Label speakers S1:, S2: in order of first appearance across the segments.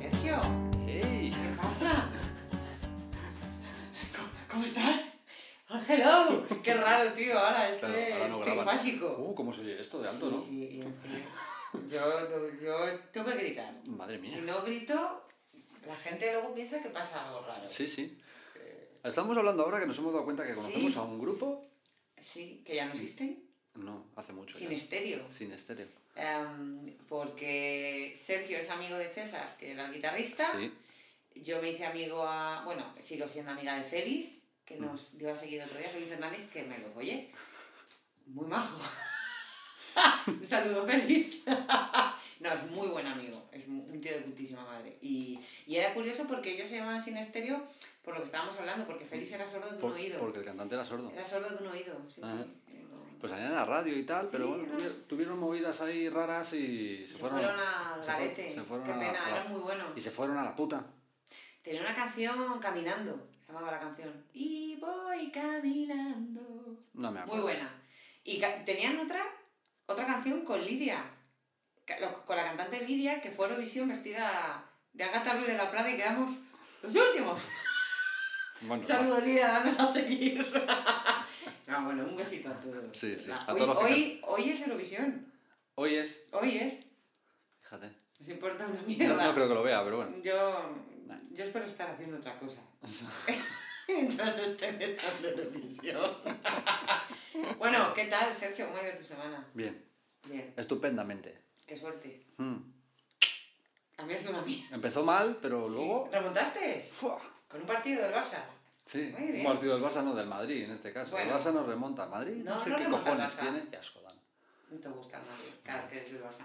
S1: Sergio,
S2: ¡Hey!
S1: ¿qué pasa? ¿Cómo, cómo estás? Oh, hello. Qué raro, tío, ahora este,
S2: Claro, ahora no
S1: este
S2: graban.
S1: fásico.
S2: Uh, ¿cómo se oye esto de alto,
S1: Sí,
S2: no?
S1: sí, es que yo, yo tengo que gritar.
S2: Madre
S1: Si
S2: mía.
S1: no grito, la gente luego piensa que pasa algo raro.
S2: Sí, sí. Estamos hablando ahora que nos hemos dado cuenta que
S1: Eh. Sí.
S2: conocemos a un grupo.
S1: Sí, que
S2: Mm,
S1: ya no existen.
S2: No, hace mucho.
S1: Sin
S2: ya.
S1: estéreo.
S2: Sin estéreo.
S1: Em, porque Sergio es amigo de César, que era el guitarrista.
S2: Sí.
S1: Yo me hice amigo a. Bueno, sigo siendo amiga de Félix, que
S2: Mm.
S1: nos dio a seguir otro día, Félix Fernández, que me lo follé. Muy majo. Un saludo, Félix. no, es muy buen amigo. Es mu- un tío de putísima madre. Y, y era curioso porque ellos se llamaban sin estéreo por lo que estábamos hablando, porque Félix era sordo de un
S2: Por-
S1: oído.
S2: porque el cantante era sordo.
S1: Era sordo de un oído, sí,
S2: Ah.
S1: sí. No.
S2: Pues salían en la radio y tal, pero
S1: Sí,
S2: bueno,
S1: era-
S2: tuvieron- tuvieron movidas ahí raras y se,
S1: Se fueron, al
S2: se fue-
S1: garete.
S2: se fueron
S1: Qué
S2: a-
S1: pena,
S2: a la-
S1: eran muy buenos.
S2: Y se fueron a la puta.
S1: Tenía una canción caminando, se llamaba la canción. Y voy caminando.
S2: No me acuerdo.
S1: Muy buena. Y ca- tenían otra, otra canción con Lidia, ca- lo- con la cantante Lidia, que fue a Eurovisión vestida de Agatha Ruiz de la Prada y quedamos los últimos.
S2: Bueno,
S1: Saludos Lidia, vamos a seguir. no, bueno, un besito a todos.
S2: Sí, sí,
S1: La-
S2: a
S1: hoy,
S2: todos los que
S1: hoy, hoy es Eurovisión,
S2: hoy es.
S1: hoy es.
S2: Fíjate.
S1: Nos importa una
S2: No,
S1: mierda.
S2: no creo que lo vea, pero bueno.
S1: Yo, yo espero estar haciendo otra cosa. Mientras estén echando televisión. bueno, ¿qué tal, Sergio? ¿Cómo ha ido tu semana?
S2: Bien.
S1: Bien,
S2: Estupendamente.
S1: qué suerte.
S2: Mm.
S1: A mí es una mía.
S2: Empezó mal, pero luego.
S1: Sí. ¿Remontaste?
S2: ¡fua!
S1: ¿Con un partido del Barça?
S2: Sí,
S1: Muy bien.
S2: un partido del Barça no del Madrid en este caso.
S1: Bueno.
S2: El Barça no remonta. Madrid no,
S1: No,
S2: sé
S1: no
S2: qué
S1: remonta el
S2: cojones
S1: Barça.
S2: tiene. Qué asco dan.
S1: No te gusta el Madrid. Claro, es que eres del Barça.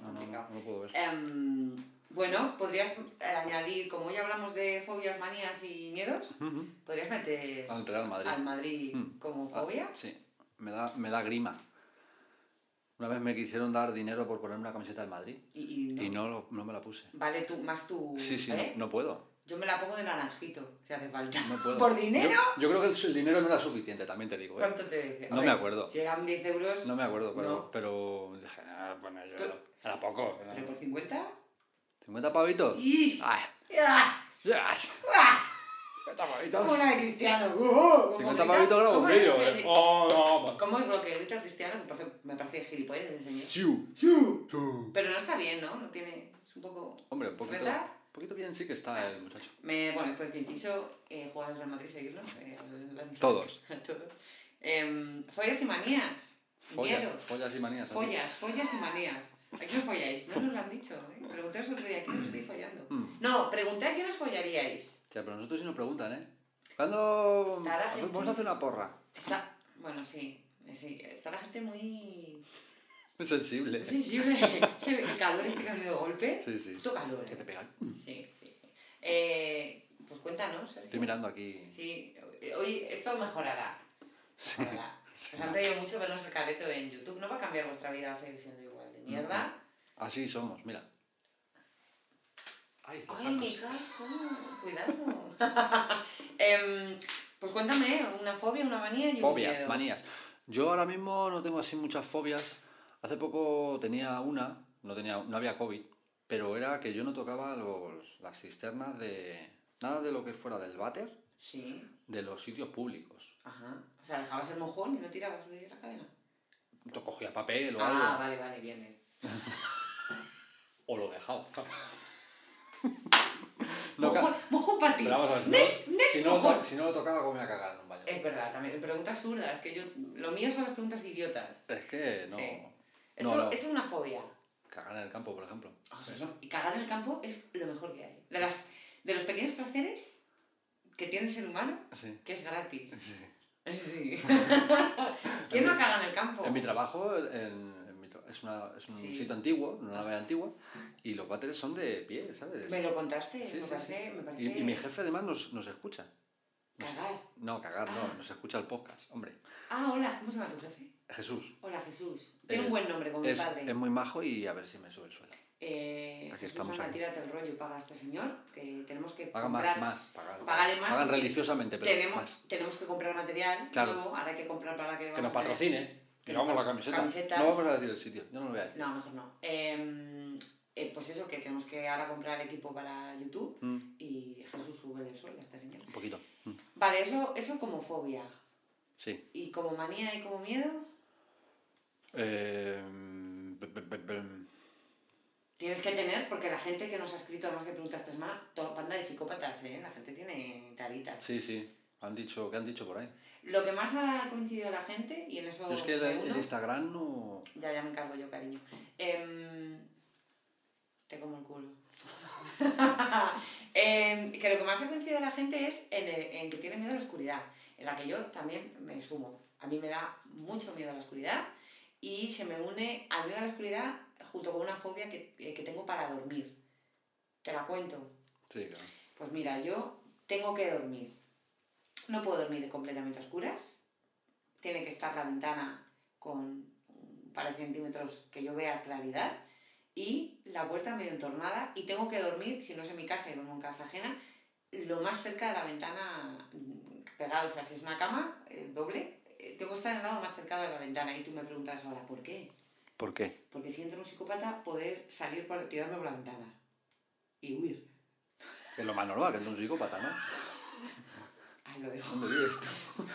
S2: No, no,
S1: Complicado.
S2: no, no puedo ver.
S1: Em, bueno, podrías eh, añadir, como ya hablamos de fobias, manías y miedos,
S2: Ujú.
S1: podrías meter
S2: Al Real Madrid.
S1: al Madrid
S2: Hmm.
S1: como
S2: Ah,
S1: fobia.
S2: sí, me da, me da grima. Una vez me quisieron dar dinero por ponerme una camiseta del Madrid
S1: Y, y no.
S2: y no, lo- no me la puse.
S1: Vale, tú, más tú.
S2: Sí, sí,
S1: ¿eh?
S2: no, no puedo.
S1: Yo me la pongo de naranjito, si hace falta.
S2: No puedo.
S1: ¿Por
S2: Yo-
S1: dinero?
S2: Yo, creo que el, el dinero no era suficiente, también te digo. ¿eh?
S1: ¿Cuánto te dije?
S2: No me acuerdo.
S1: Si eran 10 euros,
S2: No me acuerdo, pero,
S1: No.
S2: pero dije, ah, bueno, yo
S1: Tú-
S2: era poco. era-
S1: pero por 50.
S2: ¿50 pavitos?
S1: ¡Y!
S2: Ay,
S1: ¡Ah!
S2: yes,
S1: ¡Ah!
S2: 50
S1: Como
S2: pavitos.
S1: una de Cristiano. ¡Oh! Como
S2: 50
S1: grita-
S2: pavitos era
S1: ¿Cómo
S2: un
S1: es
S2: vídeo.
S1: lo que-
S2: eh. Oh, no,
S1: ¿Cómo es lo que grita Cristiano? Me parece, me parece gilipollas ese señor.
S2: Siu,
S1: ¡Siu!
S2: siu.
S1: Pero no está bien, ¿no? No tiene... Es un poco...
S2: Hombre, un poquito,
S1: ¿Verdad?
S2: un poquito bien sí que está el muchacho.
S1: Me, bueno, después de Inciso, eh, jugadores del Madrid, seguirlo. eh,
S2: Todos.
S1: Todos. Em, follas y manías.
S2: Follas,
S1: Miedos.
S2: follas y manías. ¿eh?
S1: Follas, follas y manías. ¿A quién os folláis? No nos lo han dicho, ¿eh? Preguntaros otro día, ¿a quién os estoy follando?
S2: Mm.
S1: No, pregunté a quién os follaríais.
S2: Ya, pero nosotros sí nos preguntan, ¿eh? ¿Cuándo
S1: Estará
S2: hace-
S1: gente-
S2: vamos a hacer una porra?
S1: Está... Bueno, sí, eh, sí, está la gente muy...
S2: Es sensible.
S1: muy sensible. Sí, el calor este que ha venido de golpe.
S2: Sí, Mm. sí.
S1: Puto calor,
S2: Que te
S1: ¿eh?
S2: pega.
S1: Sí, sí, sí. Eh, pues cuéntanos, Sergio.
S2: Estoy mirando aquí.
S1: Sí, hoy esto mejorará.
S2: Sí.
S1: mejorará. Os han pedido mucho vernos el careto en YouTube. No va a cambiar vuestra vida, va a seguir siendo igual de mierda.
S2: Así somos, mira. Ay, los
S1: Ay, mi
S2: tacos.
S1: casco, cuidado. Em, pues cuéntame, una fobia, una manía y un
S2: Fobias,
S1: miedo.
S2: manías. Yo ahora mismo no tengo así muchas fobias. Hace poco tenía una, no, tenía, no había COVID, pero era que yo no tocaba los, las cisternas de... Nada de lo que fuera del váter,
S1: Sí,
S2: de los sitios públicos.
S1: ajá. O sea, dejabas el mojón y no tirabas de la cadena.
S2: Yo Cogía papel o
S1: ah,
S2: algo,
S1: vale, vale, bien. bien.
S2: o lo dejaba.
S1: un patín.
S2: Pero vamos a ver, si,
S1: Next,
S2: no,
S1: next
S2: si, no lo,
S1: mojón.
S2: to- si no lo tocaba, ¿cómo me voy a cagar en un baño?
S1: Es verdad, también. Preguntas zurdas, que yo. Lo mío son las preguntas idiotas.
S2: Es que no.
S1: Sí.
S2: No,
S1: Eso
S2: no. Ah,
S1: es una fobia.
S2: Cagar en el campo, por ejemplo.
S1: O sea, eso- y cagar en el campo es lo mejor que hay. De, las, de los pequeños placeres que tiene el ser humano,
S2: Sí.
S1: que es gratis.
S2: sí.
S1: Sí. ¿Quién no caga en el campo?
S2: En mi trabajo en- en mi tra- es, una- es un
S1: Sí.
S2: sitio antiguo, una nave antigua, y los váteres son de pie, ¿sabes?
S1: Me lo contaste,
S2: Sí,
S1: me,
S2: sí,
S1: parece,
S2: sí.
S1: me parece.
S2: Y, y mi jefe además nos, nos escucha.
S1: Cagar.
S2: No, cagar,
S1: Ah.
S2: no, nos escucha el podcast, hombre.
S1: Ah, hola, ¿cómo se llama tu jefe?
S2: Jesús.
S1: Hola, Jesús. Tiene
S2: Es-
S1: un buen nombre, como mi
S2: Es,
S1: padre.
S2: es muy majo y a ver si me sube el sueldo.
S1: Eh,
S2: Aquí
S1: Jesús,
S2: estamos
S1: anda,
S2: aquí.
S1: tírate el rollo y paga a este señor, que tenemos que
S2: Paga más,
S1: comprar...
S2: más. Pagan,
S1: Págale más
S2: pagan
S1: porque
S2: religiosamente, pero más.
S1: tenemos, tenemos que comprar material
S2: Claro.
S1: nuevo, ahora hay que comprar para que...
S2: Que
S1: vamos
S2: nos
S1: a tener-
S2: patrocine.
S1: que
S2: Que hagamos
S1: nos
S2: la
S1: pa-
S2: camiseta.
S1: camisetas.
S2: No vamos a decir el sitio, yo no lo voy a decir.
S1: No, mejor no. Eh, eh, pues eso, que tenemos que ahora comprar equipo para YouTube
S2: Mm,
S1: y Jesús sube el sueldo a este señor.
S2: un poquito. Mm,
S1: Vale, eso, eso como fobia.
S2: sí.
S1: ¿Y como manía y como miedo?
S2: Eh, mm, pe- pe- pe- pe-
S1: Tienes que tener, porque la gente que este nos ha escrito, además de preguntas esta semana, toda banda de psicópatas, ¿eh? La gente tiene taritas.
S2: Sí, sí. Han dicho, ¿Qué han dicho por ahí?
S1: Lo que más ha coincidido la gente, y en eso
S2: Yo es que el,
S1: me
S2: el
S1: uno,
S2: Instagram no.
S1: ya, ya me encargo yo, cariño. Em, te como el culo. Em, que lo que más ha coincidido la gente es en, el- en que tiene miedo a la oscuridad, en la que yo también me sumo. A mí me da mucho miedo a la oscuridad y se me une al miedo a la oscuridad junto con una fobia que, eh, que tengo para dormir. Te la cuento.
S2: Sí, claro.
S1: Pues mira, yo tengo que dormir. No puedo dormir completamente a oscuras. Tiene que estar la ventana con un par de centímetros que yo vea claridad y la puerta medio entornada y tengo que dormir, si no es en mi casa y duermo en casa ajena, lo más cerca de la ventana mm, pegado. O sea, si es una cama eh, doble, eh, tengo que estar en el lado más cercano de la ventana. Y tú me preguntas ahora, ¿por qué?
S2: ¿Por qué?
S1: Porque si entra un psicópata, poder salir por tirarme por la ventana y huir.
S2: Es lo más normal, que es un psicópata, ¿no?
S1: Ahí Ah, lo dejo.
S2: ¿Dónde vives tú?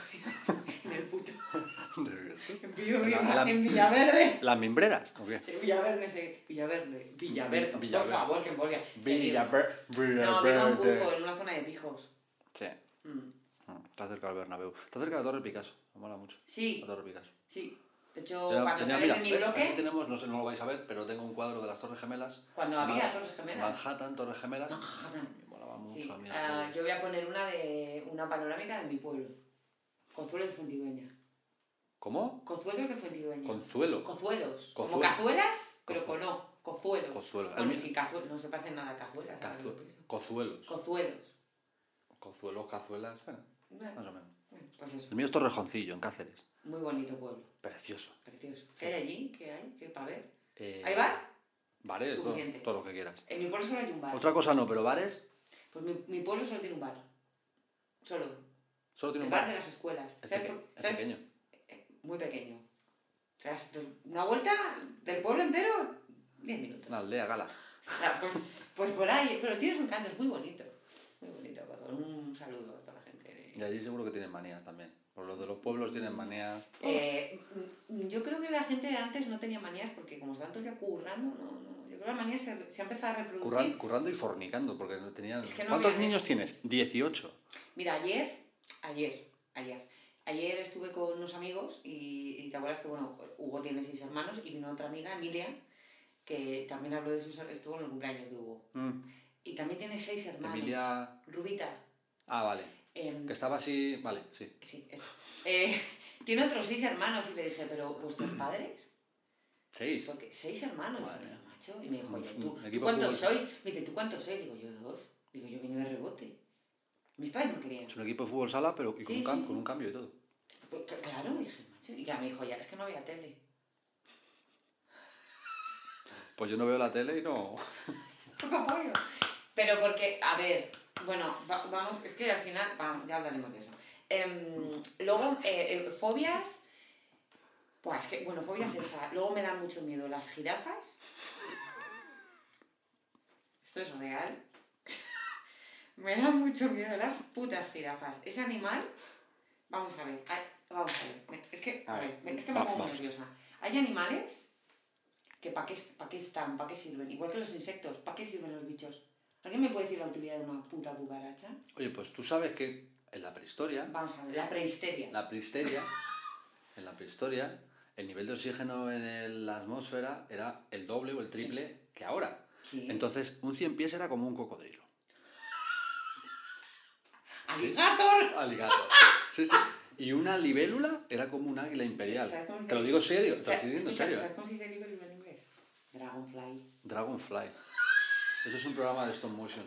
S1: en el puto.
S2: ¿Dónde vives tú?
S1: En, Pío
S2: En la-
S1: Viva,
S2: en la-
S1: en Villaverde.
S2: ¿Las mimbreras? ¿O qué?
S1: Sí, Villaverde, sí. Villaverde. Villaverde.
S2: Villaverde.
S1: Por favor, que en Bolivia.
S2: Villaver-
S1: No, vivo en Cusco,
S2: Villaverde.
S1: en una zona de pijos.
S2: Sí.
S1: Mm.
S2: Mm, Está cerca del Bernabéu. Está cerca de la Torre Picasso. Me mola mucho.
S1: Sí,
S2: La Torre Picasso.
S1: sí. De hecho,
S2: Tenía-
S1: cuando
S2: tenía-
S1: sales de
S2: mira,
S1: mi
S2: ¿ves?
S1: bloque,
S2: Aquí tenemos, no, sé, no lo vais a ver, pero tengo un cuadro de las Torres Gemelas.
S1: cuando
S2: Ma-
S1: había Torres Gemelas.
S2: Manhattan, Torres Gemelas.
S1: Manhattan.
S2: Me molaba mucho
S1: Sí.
S2: a mí.
S1: Ah,
S2: aquello.
S1: yo voy a poner una de una panorámica de mi pueblo. Conzuelos de Fuentidueña.
S2: ¿Cómo?
S1: Cozuelos de Fuentidueña.
S2: Conzuelo.
S1: Cozuelos. Como
S2: Cozuelos.
S1: cazuelas, pero
S2: Cozu-
S1: con O. Cozuelos.
S2: Cozuelo. El
S1: Bueno,
S2: mío-
S1: sí, cazuelos. No se parecen nada a cazuelas. ahora que lo
S2: Cazu-
S1: pienso.
S2: Cozuelos.
S1: Cozuelos.
S2: Cozuelos, cazuelas. Bueno,
S1: Bueno,
S2: más o menos.
S1: pues eso.
S2: El mío es Torrejoncillo, en Cáceres.
S1: Muy bonito pueblo.
S2: Precioso.
S1: Precioso.
S2: Sí.
S1: ¿Qué hay allí? ¿Qué hay? ¿Qué para ver?
S2: Eh,
S1: ¿Hay bar?
S2: Bares, todo,
S1: Suficiente.
S2: todo lo que quieras.
S1: En mi pueblo solo hay un bar.
S2: Otra cosa no, pero bares
S1: Pues mi, mi pueblo solo tiene un bar. Solo.
S2: solo tiene
S1: El
S2: un
S1: bar de
S2: bar.
S1: las escuelas.
S2: Es,
S1: ¿Sabes
S2: peque-
S1: por-
S2: es
S1: sabes?
S2: pequeño.
S1: Muy pequeño. Te das dos- una vuelta del pueblo entero, 10 minutos.
S2: Una aldea gala.
S1: Ah, pues, pues por ahí. Pero tienes un canto, es muy bonito. Muy bonito, Cozón. Un saludo a toda la gente. de-
S2: Y allí seguro que tienen manías también. Por los de los pueblos tienen manías.
S1: Eh, mm, yo creo que la gente de antes no tenía manías porque como están todo el día currando, no, no. Yo creo que la manía se, se ha empezado a reproducir.
S2: Curran- currando y fornicando, porque no tenían.
S1: Es que no
S2: ¿Cuántos
S1: había-
S2: niños tienes? 18.
S1: Mira, ayer, ayer, ayer, ayer estuve con unos amigos y, y te acuerdas que, bueno, Hugo tiene seis hermanos y vino otra amiga, Emilia, que también habló de sus estuvo en el cumpleaños de Hugo.
S2: Mm.
S1: Y también tiene seis hermanos.
S2: Emilia.
S1: Rubita.
S2: Ah, vale.
S1: em,
S2: Que estaba así. Vale, sí.
S1: sí, es- eh, tiene otros seis hermanos y le dije, pero ¿vuestros padres?
S2: Seis.
S1: Porque seis hermanos,
S2: Madre
S1: Digo,
S2: mía.
S1: macho. Y me dijo,
S2: Un-
S1: oye,
S2: un
S1: ¿tú, ¿tú
S2: equipo de
S1: cuántos
S2: fútbol.
S1: sois? Me dice, ¿tú cuántos sois? Digo, yo dos. Digo, yo vine de rebote. Mis padres no querían.
S2: Es un equipo de fútbol sala, pero y con,
S1: Sí,
S2: un cam-
S1: sí, sí.
S2: con un cambio y todo.
S1: Pues, cl- claro, dije, macho. Y ya me dijo, ya, es que no había tele.
S2: Pues yo no veo la tele y no.
S1: Pero porque, a ver, bueno, va- vamos, es que al final, vamos, ya hablaremos de eso. Em, luego, eh, eh, fobias. Pues es que, bueno, fobias esa. Luego me dan mucho miedo las jirafas. Esto es real. me dan mucho miedo las putas jirafas. Ese animal. Vamos a ver, ay, vamos a ver. Es que, a
S2: A
S1: ver,
S2: ver,
S1: es que me
S2: va-
S1: pongo
S2: vamos.
S1: nerviosa. Hay animales que para qué, pa' qué están, para qué sirven. Igual que los insectos, ¿para qué sirven los bichos? Hay ¿Alguien me puede decir la utilidad de una puta cucaracha?
S2: Oye, pues tú sabes que en la prehistoria,
S1: Vamos a ver, la prehisteria.
S2: la prehistoria, en la prehistoria, el nivel de oxígeno en el- la atmósfera era el doble o el triple que ahora.
S1: Sí.
S2: Entonces, un 100 pies era como un cocodrilo. sí.
S1: ¡Alligator!
S2: Aligato. Sí, sí. Y una libélula era como un águila imperial.
S1: ¿Sabes cómo se
S2: Te lo
S1: dice?
S2: digo serio, te
S1: O
S2: lo
S1: sea,
S2: estoy diciendo en
S1: escucha,
S2: serio.
S1: ¿Sabes
S2: ¿eh?
S1: cómo se dice libélula en inglés? Dragonfly.
S2: Dragonfly. Eso es un programa de stop motion.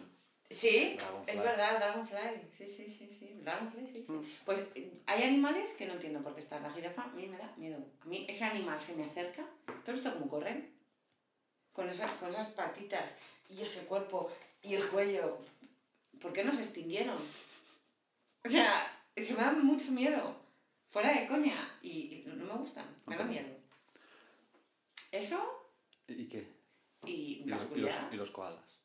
S1: Sí,
S2: Dragonfly. Mm.
S1: es verdad, Dragonfly. Sí, sí, sí, sí. Dragonfly, sí. sí. Pues eh, hay animales que no entiendo por qué está la jirafa. A mí me da miedo. A mí ese animal se me acerca. ¿Tú has visto cómo corren? Con esas, con esas patitas y ese cuerpo y el cuello. ¿Por qué no se extinguieron? O sea, es que me dan mucho miedo. Fuera de coña. Y, y no me gustan. Me dan
S2: Entiendo.
S1: miedo. Eso
S2: ¿Y y qué?
S1: y
S2: Y
S1: la
S2: los, y los-
S1: oscuridad.
S2: y los koalas.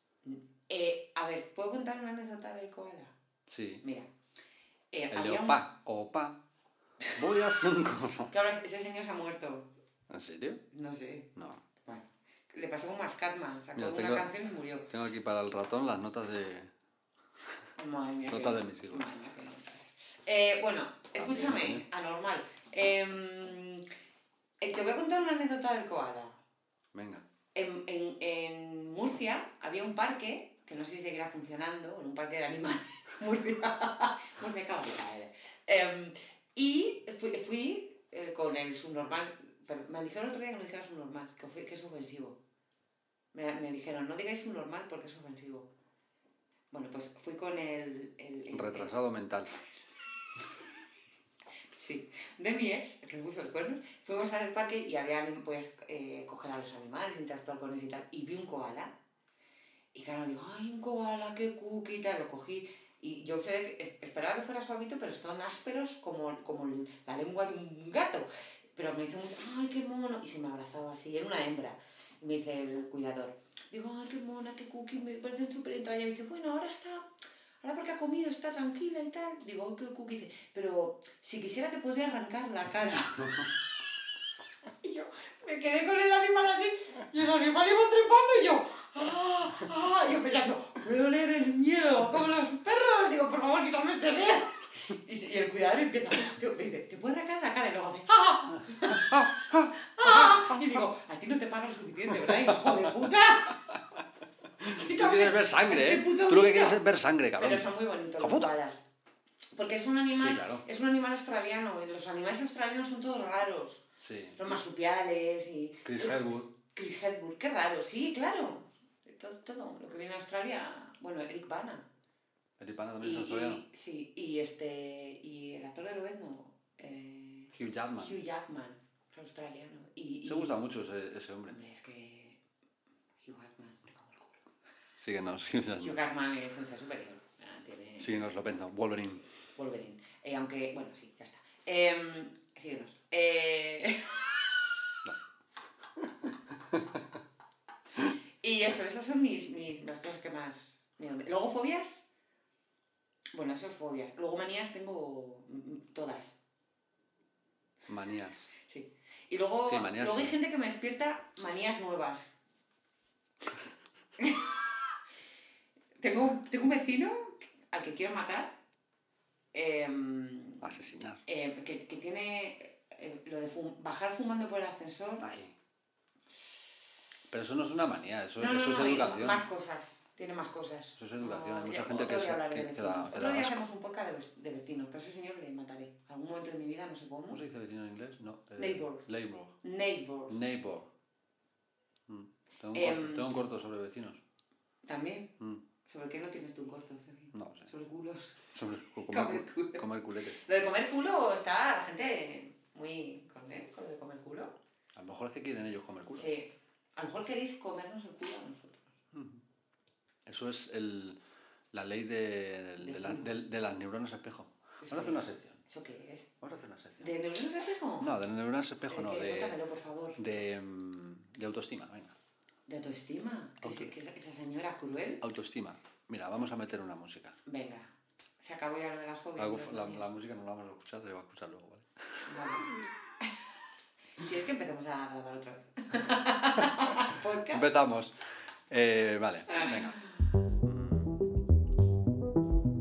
S1: Eh, a ver, ¿puedo contar una anécdota del koala?
S2: Sí.
S1: Mira, eh,
S2: El de
S1: había
S2: opa, opa. Voy a hacer un
S1: un-
S2: coro.
S1: Que ahora ese señor se ha muerto.
S2: ¿En serio?
S1: No sé.
S2: No.
S1: Bueno, le pasó con Mascatman. Sacó
S2: Mira,
S1: una
S2: tengo-
S1: canción y murió.
S2: Tengo aquí para el ratón las notas de...
S1: Ay, Madre mía.
S2: Nota
S1: qué-
S2: de mis hijos.
S1: madre mía, qué notas. Eh, bueno,
S2: También,
S1: escúchame,
S2: también. ¿eh?
S1: anormal. Em, eh, te voy a contar una anécdota del koala.
S2: Venga.
S1: En, en, en Murcia había un parque, que no sé si seguirá funcionando, era un parque de animales. Murcia, Murcia cabrera eres. Em, y fui, fui, eh, con el subnormal. pero Me dijeron el otro día que no dijera subnormal, que, fue- que es ofensivo. Me, me dijeron, no digáis subnormal porque es ofensivo. Bueno, pues fui con el. el- el-
S2: Retrasado mental.
S1: Sí, de mi ex, el que me puso los cuernos, fuimos al parque y había, pues, eh, coger a los animales, interactuar con ellos y tal, y vi un koala. Y claro, digo, ay, un koala, qué cuqui, tal, lo cogí. Y yo fe- es- esperaba que fuera suavito, pero son ásperos como, como el- la lengua de un gato. Pero me dice, ay, qué mono. Y se me abrazaba así, era una hembra. Y me dice el cuidador, digo, ay, qué mona, qué cuqui, me parecen súper entrañables. Y dice, bueno, ahora está, ahora porque ha comido, está tranquila y tal. Digo, ay, qué cuqui. Dice, pero si quisiera te podría arrancar la cara. y yo me quedé con el animal así, y el animal iba trepando y yo, ¡ah! ¡ah! Y yo pensando, puedo leer el miedo, como los perros. Digo, por favor, quítame este ser. Y, se- y el cuidador empieza, te- me dice, te puede arrancar la cara. Y luego hace, ¡ah! ¡ah! Y digo, a ti no te paga lo suficiente, ¿verdad, hijo de puta?
S2: Tú quieres ver sangre, ¿eh? Tú lo que quieres es ver sangre, cabrón.
S1: Pero son muy bonitos
S2: ¡Hijo
S1: los
S2: puta!
S1: koalas. Porque es un animal,
S2: Sí, claro.
S1: es un animal australiano. y Los animales australianos son todos raros.
S2: Sí.
S1: Son marsupiales y.
S2: Chris Herwood.
S1: Chris Hedburg, qué raro, sí, claro. Todo, todo lo que viene a Australia. Bueno, Eric Bana.
S2: El pana
S1: Y,
S2: también es australiano.
S1: y, sí, y este. Y el actor de Lobezno, eh,
S2: Hugh Jackman.
S1: Hugh Jackman, australiano. Y, y-
S2: Se gusta mucho ese, ese hombre.
S1: Hombre, es que. Hugh Jackman, me como el culo.
S2: Síguenos, Hugh
S1: Hugh
S2: Jackman.
S1: Jackman es un ser superior. Ah, tiene...
S2: Síguenos, lo pensamos. Wolverine.
S1: Wolverine. Eh, aunque, bueno, sí, ya está. Em, síguenos. Eh, y eso, esas son mis, mis, las cosas que más miedo me- Luego fobias. Bueno, eso es fobias. Luego manías tengo mm, mm, todas.
S2: Manías.
S1: Sí. Y luego,
S2: Sí, manías,
S1: luego hay
S2: sí.
S1: gente que me despierta manías nuevas. tengo, tengo un vecino al que quiero matar. Em,
S2: Asesinar.
S1: eh, que, que tiene eh, lo de fum- bajar fumando por el ascensor.
S2: Ay. Pero eso no es una manía, eso,
S1: no, no,
S2: eso
S1: no,
S2: es
S1: y
S2: educación.
S1: más cosas. Tiene más cosas.
S2: Eso es educación, hay
S1: ya,
S2: mucha gente
S1: otro
S2: que
S1: día
S2: se-
S1: hablaré
S2: que-
S1: de
S2: que da-
S1: vecinos.
S2: que
S1: Otro
S2: da
S1: día
S2: asco.
S1: hacemos un podcast de, ve- de vecinos, pero a ese señor le mataré. Algún momento de mi vida, no sé cómo.
S2: ¿Cómo se dice vecino en inglés? No. eh,
S1: Neighbor.
S2: Neighbor.
S1: Neighbor.
S2: Neighbor. Mm. Tengo, un
S1: Em.
S2: corto, tengo un corto sobre vecinos.
S1: También.
S2: Mm.
S1: ¿Sobre qué no tienes tú un corto, Sergio?
S2: No sé.
S1: Sobre culos.
S2: Sobre co-
S1: Comer
S2: comer, cu-
S1: culo.
S2: comer culetes.
S1: Lo de comer culo está la gente muy con, ¿eh? con lo de comer culo.
S2: A lo mejor es que quieren ellos comer culo.
S1: Sí. A lo mejor queréis comernos el culo a nosotros.
S2: Eso es el, la ley de, del- de,
S1: Del
S2: la-
S1: culo.
S2: del- de las neuronas espejo. Vamos
S1: Eso
S2: a hacer una
S1: es.
S2: sección.
S1: ¿Eso qué es?
S2: Vamos a hacer una sección.
S1: ¿De neuronas de espejo?
S2: No, de las neuronas espejo
S1: Pero
S2: no,
S1: que-
S2: de,
S1: Cuéntamelo, por favor.
S2: de, mm, de autoestima. Venga,
S1: De autoestima. Que,
S2: Ok.
S1: se- que esa- esa señora cruel.
S2: autoestima. Mira, vamos a meter una música.
S1: Venga. Se acabó ya lo de las fobias.
S2: La,
S1: pero
S2: la-
S1: también.
S2: la música no la vamos a escuchar, la voy a escuchar luego, ¿vale?
S1: Vale. ¿Quieres que empecemos a grabar otra vez? Podcast.
S2: Empezamos. Eh, vale, venga. Mm.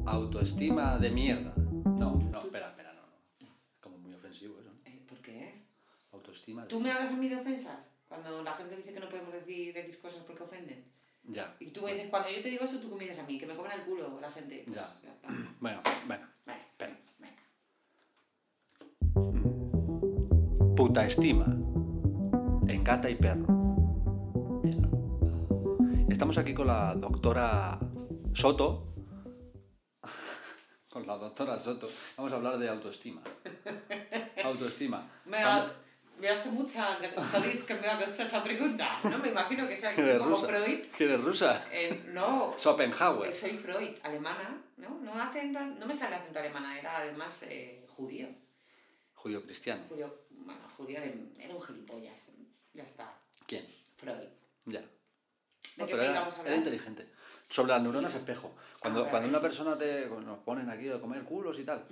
S2: autoestima de mierda. No, no, espera, espera, no, no. Como muy ofensivo eso. ¿no?
S1: Eh, ¿Por qué?
S2: Autoestima de
S1: ¿Tú me
S2: mierda.
S1: hablas a mí de ofensas? Cuando la gente dice que no podemos decir X cosas porque ofenden.
S2: Ya.
S1: Y tú me dices, cuando yo te digo eso, tú me dices a mí, que me cobran el culo la gente. Pues,
S2: Ya.
S1: está.
S2: Bueno, venga.
S1: Vale,
S2: Espera.
S1: venga.
S2: Puta estima. En gata y perro. Bien, ¿no? Estamos aquí con la doctora Soto. con la doctora Soto. Vamos a hablar de autoestima. Autoestima.
S1: Me,
S2: Cuando-
S1: ha- me hace mucha feliz que me hagas esta pregunta. No me imagino que sea
S2: Que eres
S1: como
S2: rusa.
S1: Freud.
S2: Que eres rusa.
S1: Eh, no,
S2: Schopenhauer.
S1: soy Freud, alemana, ¿no? No, acento, no me sale acento alemana, era además eh, judío.
S2: Judío cristiano.
S1: judío. Bueno, judío de- era un gilipollas. Ya está,
S2: ¿Quién?
S1: Freud.
S2: Ya.
S1: ¿De
S2: No,
S1: qué
S2: pero era,
S1: vamos a
S2: era
S1: hablar?
S2: inteligente. Sobre las neuronas espejo. Cuando,
S1: Ah,
S2: cuando
S1: vale.
S2: una persona te. Nos ponen aquí a comer culos y tal.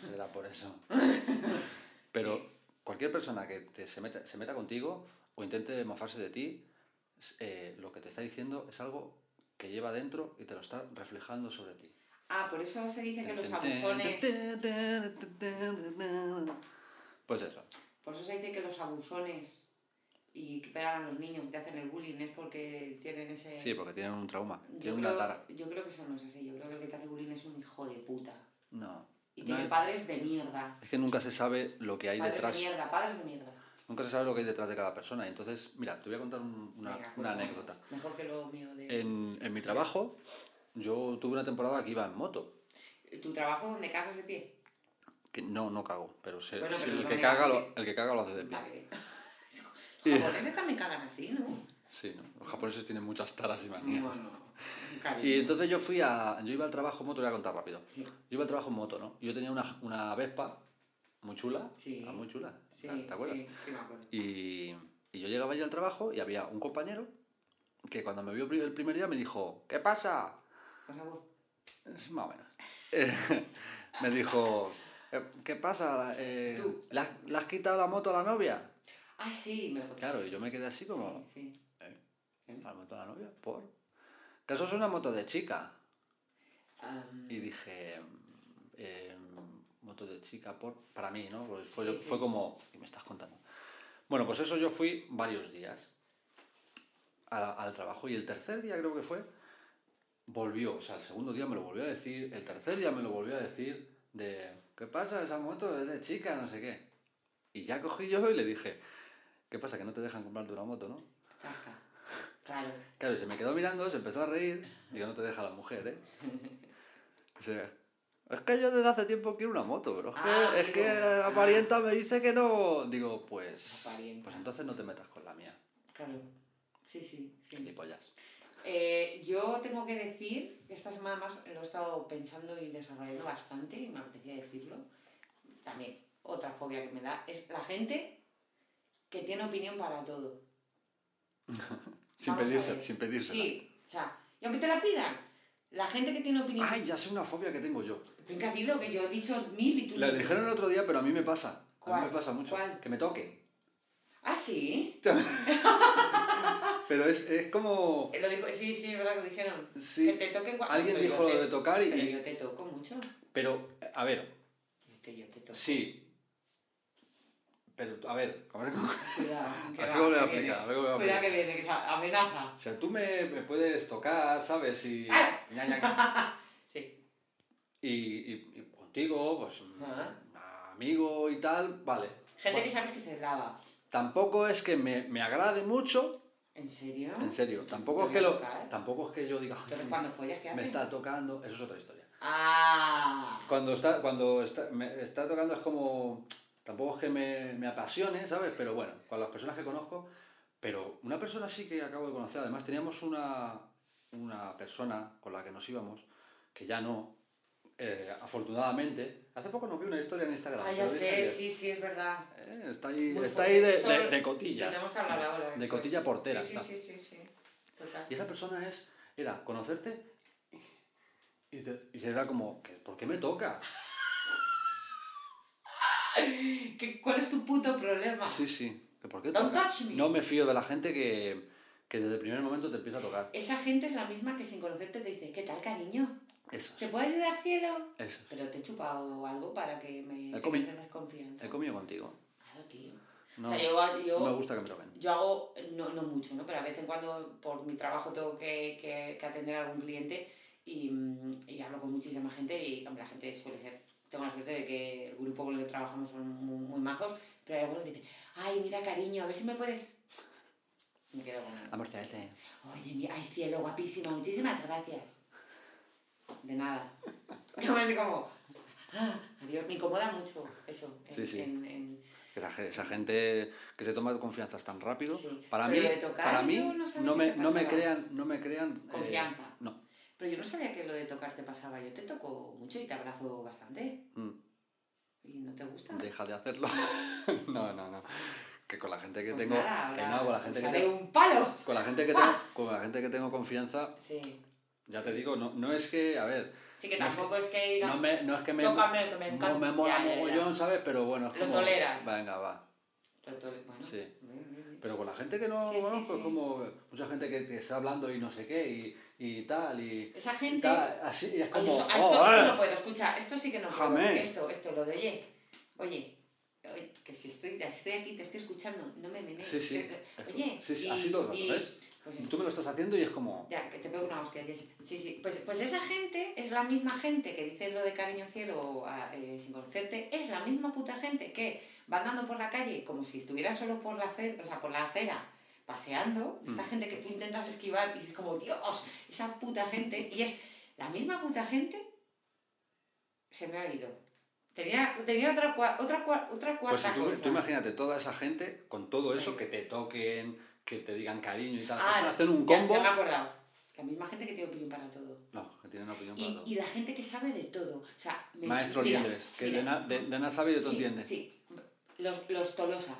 S2: Será por eso. Pero cualquier persona que te- se, meta, se meta contigo o intente mofarse de ti, s- eh, lo que te está diciendo es algo que lleva dentro y te lo está reflejando sobre ti.
S1: Ah, por eso se dice que los abusones.
S2: Pues eso.
S1: Por eso se dice que los abusones y que pegan a los niños y te hacen el bullying es porque tienen ese.
S2: Sí, porque tienen un trauma.
S1: yo,
S2: Tienen una
S1: creo,
S2: tara.
S1: yo creo que eso no es así. Yo creo que el que te hace bullying es un hijo de puta.
S2: No.
S1: Y
S2: No
S1: tiene
S2: hay-
S1: padres de mierda.
S2: Es que nunca se sabe lo que hay
S1: Padres
S2: detrás.
S1: de mierda, padres de mierda.
S2: Nunca se sabe lo que hay detrás de cada persona. Entonces, mira, te voy a contar un- una,
S1: Venga,
S2: una
S1: cuéntame.
S2: anécdota. Eh,
S1: Mejor que lo mío de.
S2: En, en mi trabajo, yo tuve una temporada que iba en moto.
S1: ¿Tu trabajo donde cagas de pie?
S2: Que no, no cago, pero, se-
S1: Bueno,
S2: se-
S1: pero
S2: el,
S1: no
S2: que
S1: me
S2: caga
S1: hagas
S2: lo, el que caga lo hace de pie.
S1: Vale. Los japoneses también cagan así, ¿no?
S2: Sí, ¿no? los japoneses tienen muchas taras y manías.
S1: Bueno, nunca vi.
S2: Y entonces yo fui a. Yo iba al trabajo en moto, lo voy a contar rápido. Yo iba al trabajo en moto, ¿no? Yo tenía una, una Vespa muy chula.
S1: Sí.
S2: ah, muy chula.
S1: Sí,
S2: ¿Te te acuerdas?
S1: Sí, sí, me acuerdo.
S2: Y, y yo llegaba allí al trabajo y había un compañero que cuando me vio pri- el primer día me dijo, ¿qué pasa?
S1: Con la voz.
S2: Es más o menos. Eh, me dijo, "Eh, ¿qué pasa? Eh,
S1: Tú.
S2: ¿le, has, le has quitado la moto a la novia?
S1: Ah, sí, me lo contaste.
S2: Claro, y yo me quedé así como,
S1: Sí, sí.
S2: ¿la moto a la novia? ¿Por? Que eso es una moto de chica.
S1: Am,
S2: Y dije, eh, moto de chica, por, para mí, ¿no? Porque fue,
S1: Sí, sí.
S2: fue como, ¿qué me estás contando? Bueno, pues eso yo fui varios días a- al trabajo y el tercer día creo que fue, volvió, o sea, el segundo día me lo volvió a decir, el tercer día me lo volvió a decir de, ¿qué pasa? Esa moto es de chica, no sé qué. Y ya cogí yo y le dije, ¿qué pasa? Que no te dejan comprarte una moto, ¿no?
S1: Taca. Claro.
S2: Claro, y se me quedó mirando, se empezó a reír. Digo, no te deja la mujer, ¿eh? Dice, es que yo desde hace tiempo quiero una moto, pero es que,
S1: Ah,
S2: es
S1: amigo.
S2: que la
S1: Ah.
S2: parienta me dice que no. Digo, pues.
S1: La parienta.
S2: Pues entonces no te metas con la mía,
S1: Claro. Sí, sí,
S2: ni
S1: sí.
S2: pollas.
S1: Eh, yo tengo que decir, que estas semanas lo he estado pensando y desarrollando bastante y me apetecía decirlo. También, otra fobia que me da es la gente que tiene opinión para todo.
S2: Sin
S1: Vamos a
S2: pedirse,
S1: ver.
S2: sin pedírsela.
S1: Sí, o sea, y aunque te la pidan, la gente que tiene opinión.
S2: Ay, ya sé una fobia que tengo yo.
S1: Venga, dilo que yo he dicho mil y tú.
S2: La
S1: mil.
S2: dijeron el otro día, pero a mí me pasa. A
S1: Mm. ¿Cuál?
S2: mí me pasa mucho.
S1: ¿Cuál?
S2: Que me toquen.
S1: Ah, sí.
S2: Pero es, es como.
S1: Eh, Lo dijo, sí, sí, es verdad que lo dijeron.
S2: Sí.
S1: Que te toque cua-
S2: Alguien
S1: Pero
S2: dijo
S1: yo
S2: lo
S1: te-
S2: de tocar y-
S1: Pero
S2: y.
S1: yo te toco mucho.
S2: Pero, a ver,
S1: Que yo te toco.
S2: sí. Pero, a ver, a ver cómo-
S1: Cuidado. que
S2: Aquí
S1: va,
S2: volver a
S1: que viene.
S2: aplicar, aquí volver
S1: Cuidado
S2: a aplicar.
S1: que viene, que se amenaza.
S2: O sea, tú me, me puedes tocar, ¿sabes? Y,
S1: ¡Ah!
S2: Ña, ña.
S1: Sí.
S2: y, y- y contigo, pues,
S1: Ajá.
S2: amigo y tal, vale.
S1: Gente
S2: Bueno,
S1: que sabes que se lava.
S2: Tampoco es que me, me agrade mucho,
S1: ¿En serio?
S2: en serio. Tampoco
S1: ¿Te
S2: es que
S1: voy a
S2: lo,
S1: tocar?
S2: tampoco es que yo diga,
S1: Entonces, cuando follas, ¿qué haces?
S2: me está tocando, eso es otra historia.
S1: Ah.
S2: Cuando está, cuando está, me está tocando es como, tampoco es que me, me apasione, ¿sabes? Pero bueno, con las personas que conozco, pero una persona sí que acabo de conocer, además teníamos una, una persona con la que nos íbamos, que ya no, eh, afortunadamente, hace poco nos vi una historia en Instagram.
S1: Ah,
S2: te
S1: ya
S2: lo dije
S1: sé,
S2: ayer.
S1: sí, sí, es verdad.
S2: Eh, está ahí,
S1: Muy
S2: está ahí de,
S1: fuerte.
S2: de- de
S1: Eso
S2: cotilla.
S1: Tenemos que hablar ahora. ¿eh?
S2: De
S1: después.
S2: cotilla portera.
S1: Sí,
S2: está.
S1: sí, sí, sí, sí. Total.
S2: Y esa persona es, era conocerte y, te- y era como, ¿qué- ¿por qué me toca?
S1: ¿Qué- ¿Cuál es tu puto problema?
S2: Sí, sí. ¿Que ¿Por qué
S1: Don't
S2: toca?
S1: touch me.
S2: No me fío de la gente que, que desde el primer momento te empieza a tocar.
S1: Esa gente es la misma que sin conocerte te dice, ¿qué tal, cariño?
S2: Eso.
S1: ¿Te puedo ayudar, cielo?
S2: Eso.
S1: Pero te he chupado algo para que me
S2: He comido.
S1: esa desconfianza.
S2: He comido contigo.
S1: Claro, tío.
S2: No,
S1: o sea, yo, yo,
S2: no me gusta que me toquen.
S1: yo hago, no, no mucho, ¿no? Pero a veces en cuando por mi trabajo tengo que, que, que atender a algún cliente y, mm, y hablo con muchísima gente y, hombre, la gente suele ser, tengo la suerte de que el grupo con el que trabajamos son muy, muy majos, pero hay algunos que dicen, ay, mira, cariño, a ver si me puedes... Me quedo con...
S2: Amor, este.
S1: Oye, mira, ay, cielo, guapísima, muchísimas gracias. De nada. Como así como, "Ah, adiós, me incomoda mucho eso. En,
S2: Sí, sí.
S1: en- en-
S2: Esa, ge- esa gente que se toma confianzas tan rápido.
S1: Sí,
S2: Para mí,
S1: pero lo de tocar,
S2: para mí
S1: yo no
S2: no,
S1: sabía qué
S2: me,
S1: te
S2: no me
S1: pasaba.
S2: crean. No me crean eh,
S1: Confianza.
S2: no.
S1: Pero yo no sabía que lo de tocar te pasaba. Yo te toco mucho y te abrazo bastante.
S2: Mm,
S1: ¿Y no te gusta?
S2: Deja de hacerlo. no, no, no. Que con la gente que
S1: Pues
S2: tengo.
S1: nada,
S2: que
S1: ahora
S2: no, con la gente que
S1: usaré
S2: tengo.
S1: un palo!
S2: Con la gente que tengo, con la gente que tengo confianza,
S1: Sí.
S2: ya te digo, no, no es que, a ver,
S1: Sí que
S2: No es
S1: tampoco es que, digas,
S2: no, me, no es que me,
S1: tócame, que me
S2: no
S1: encanta.
S2: me mola
S1: Ya, ya, ya.
S2: mogollón, ¿sabes? Pero bueno, es
S1: Lo
S2: como,
S1: toleras.
S2: venga, va.
S1: Lo tole- Bueno,
S2: Sí.
S1: bien, bien, bien.
S2: Pero con la gente que no
S1: Sí, sí,
S2: conozco,
S1: sí.
S2: es como mucha gente que te está hablando y no sé qué, y, y tal, y,
S1: Esa
S2: y
S1: gente...
S2: tal, así, y es
S1: Oye,
S2: como,
S1: eso- a esto,
S2: "Oh,
S1: esto
S2: eh".
S1: no puedo, escucha, esto sí que no puedo.
S2: Jamé.
S1: Esto, esto, lo de oye, oye, oye, que si estoy, estoy aquí, te estoy escuchando, no me menees.
S2: Sí, sí.
S1: Eh,
S2: Es como-
S1: Oye,
S2: sí, sí,
S1: y-
S2: así todo el rato,
S1: y-
S2: ¿ves?
S1: pues,
S2: Tú me lo estás haciendo y es como,
S1: ya, que te pego una hostia, Jess. Sí, sí. Pues, pues esa gente es la misma gente que dice lo de cariño cielo a- eh, sin conocerte, es la misma puta gente que va andando por la calle como si estuvieran solo por la acera, o sea, por la acera paseando, esta
S2: Mm.
S1: gente que tú intentas esquivar y dices como, Dios, esa puta gente, y es la misma puta gente, se me ha ido. Tenía, tenía otra, cua- otra, cua- otra cuarta
S2: pues si tú,
S1: cosa.
S2: tú imagínate toda esa gente con todo eso,
S1: Sí.
S2: que te toquen, que te digan cariño y tal,
S1: Ah,
S2: hacen hacer un
S1: ya-
S2: combo.
S1: Ya, me he acordado. La misma gente que tiene opinión para todo.
S2: No, que tienen opinión para
S1: Y,
S2: todo.
S1: y la gente que sabe de todo. O sea, me-
S2: Maestro
S1: mira,
S2: Liendres, que
S1: mira.
S2: de nada de, de na sabe y de todo
S1: Sí,
S2: entiende.
S1: Sí, los, los Tolosa,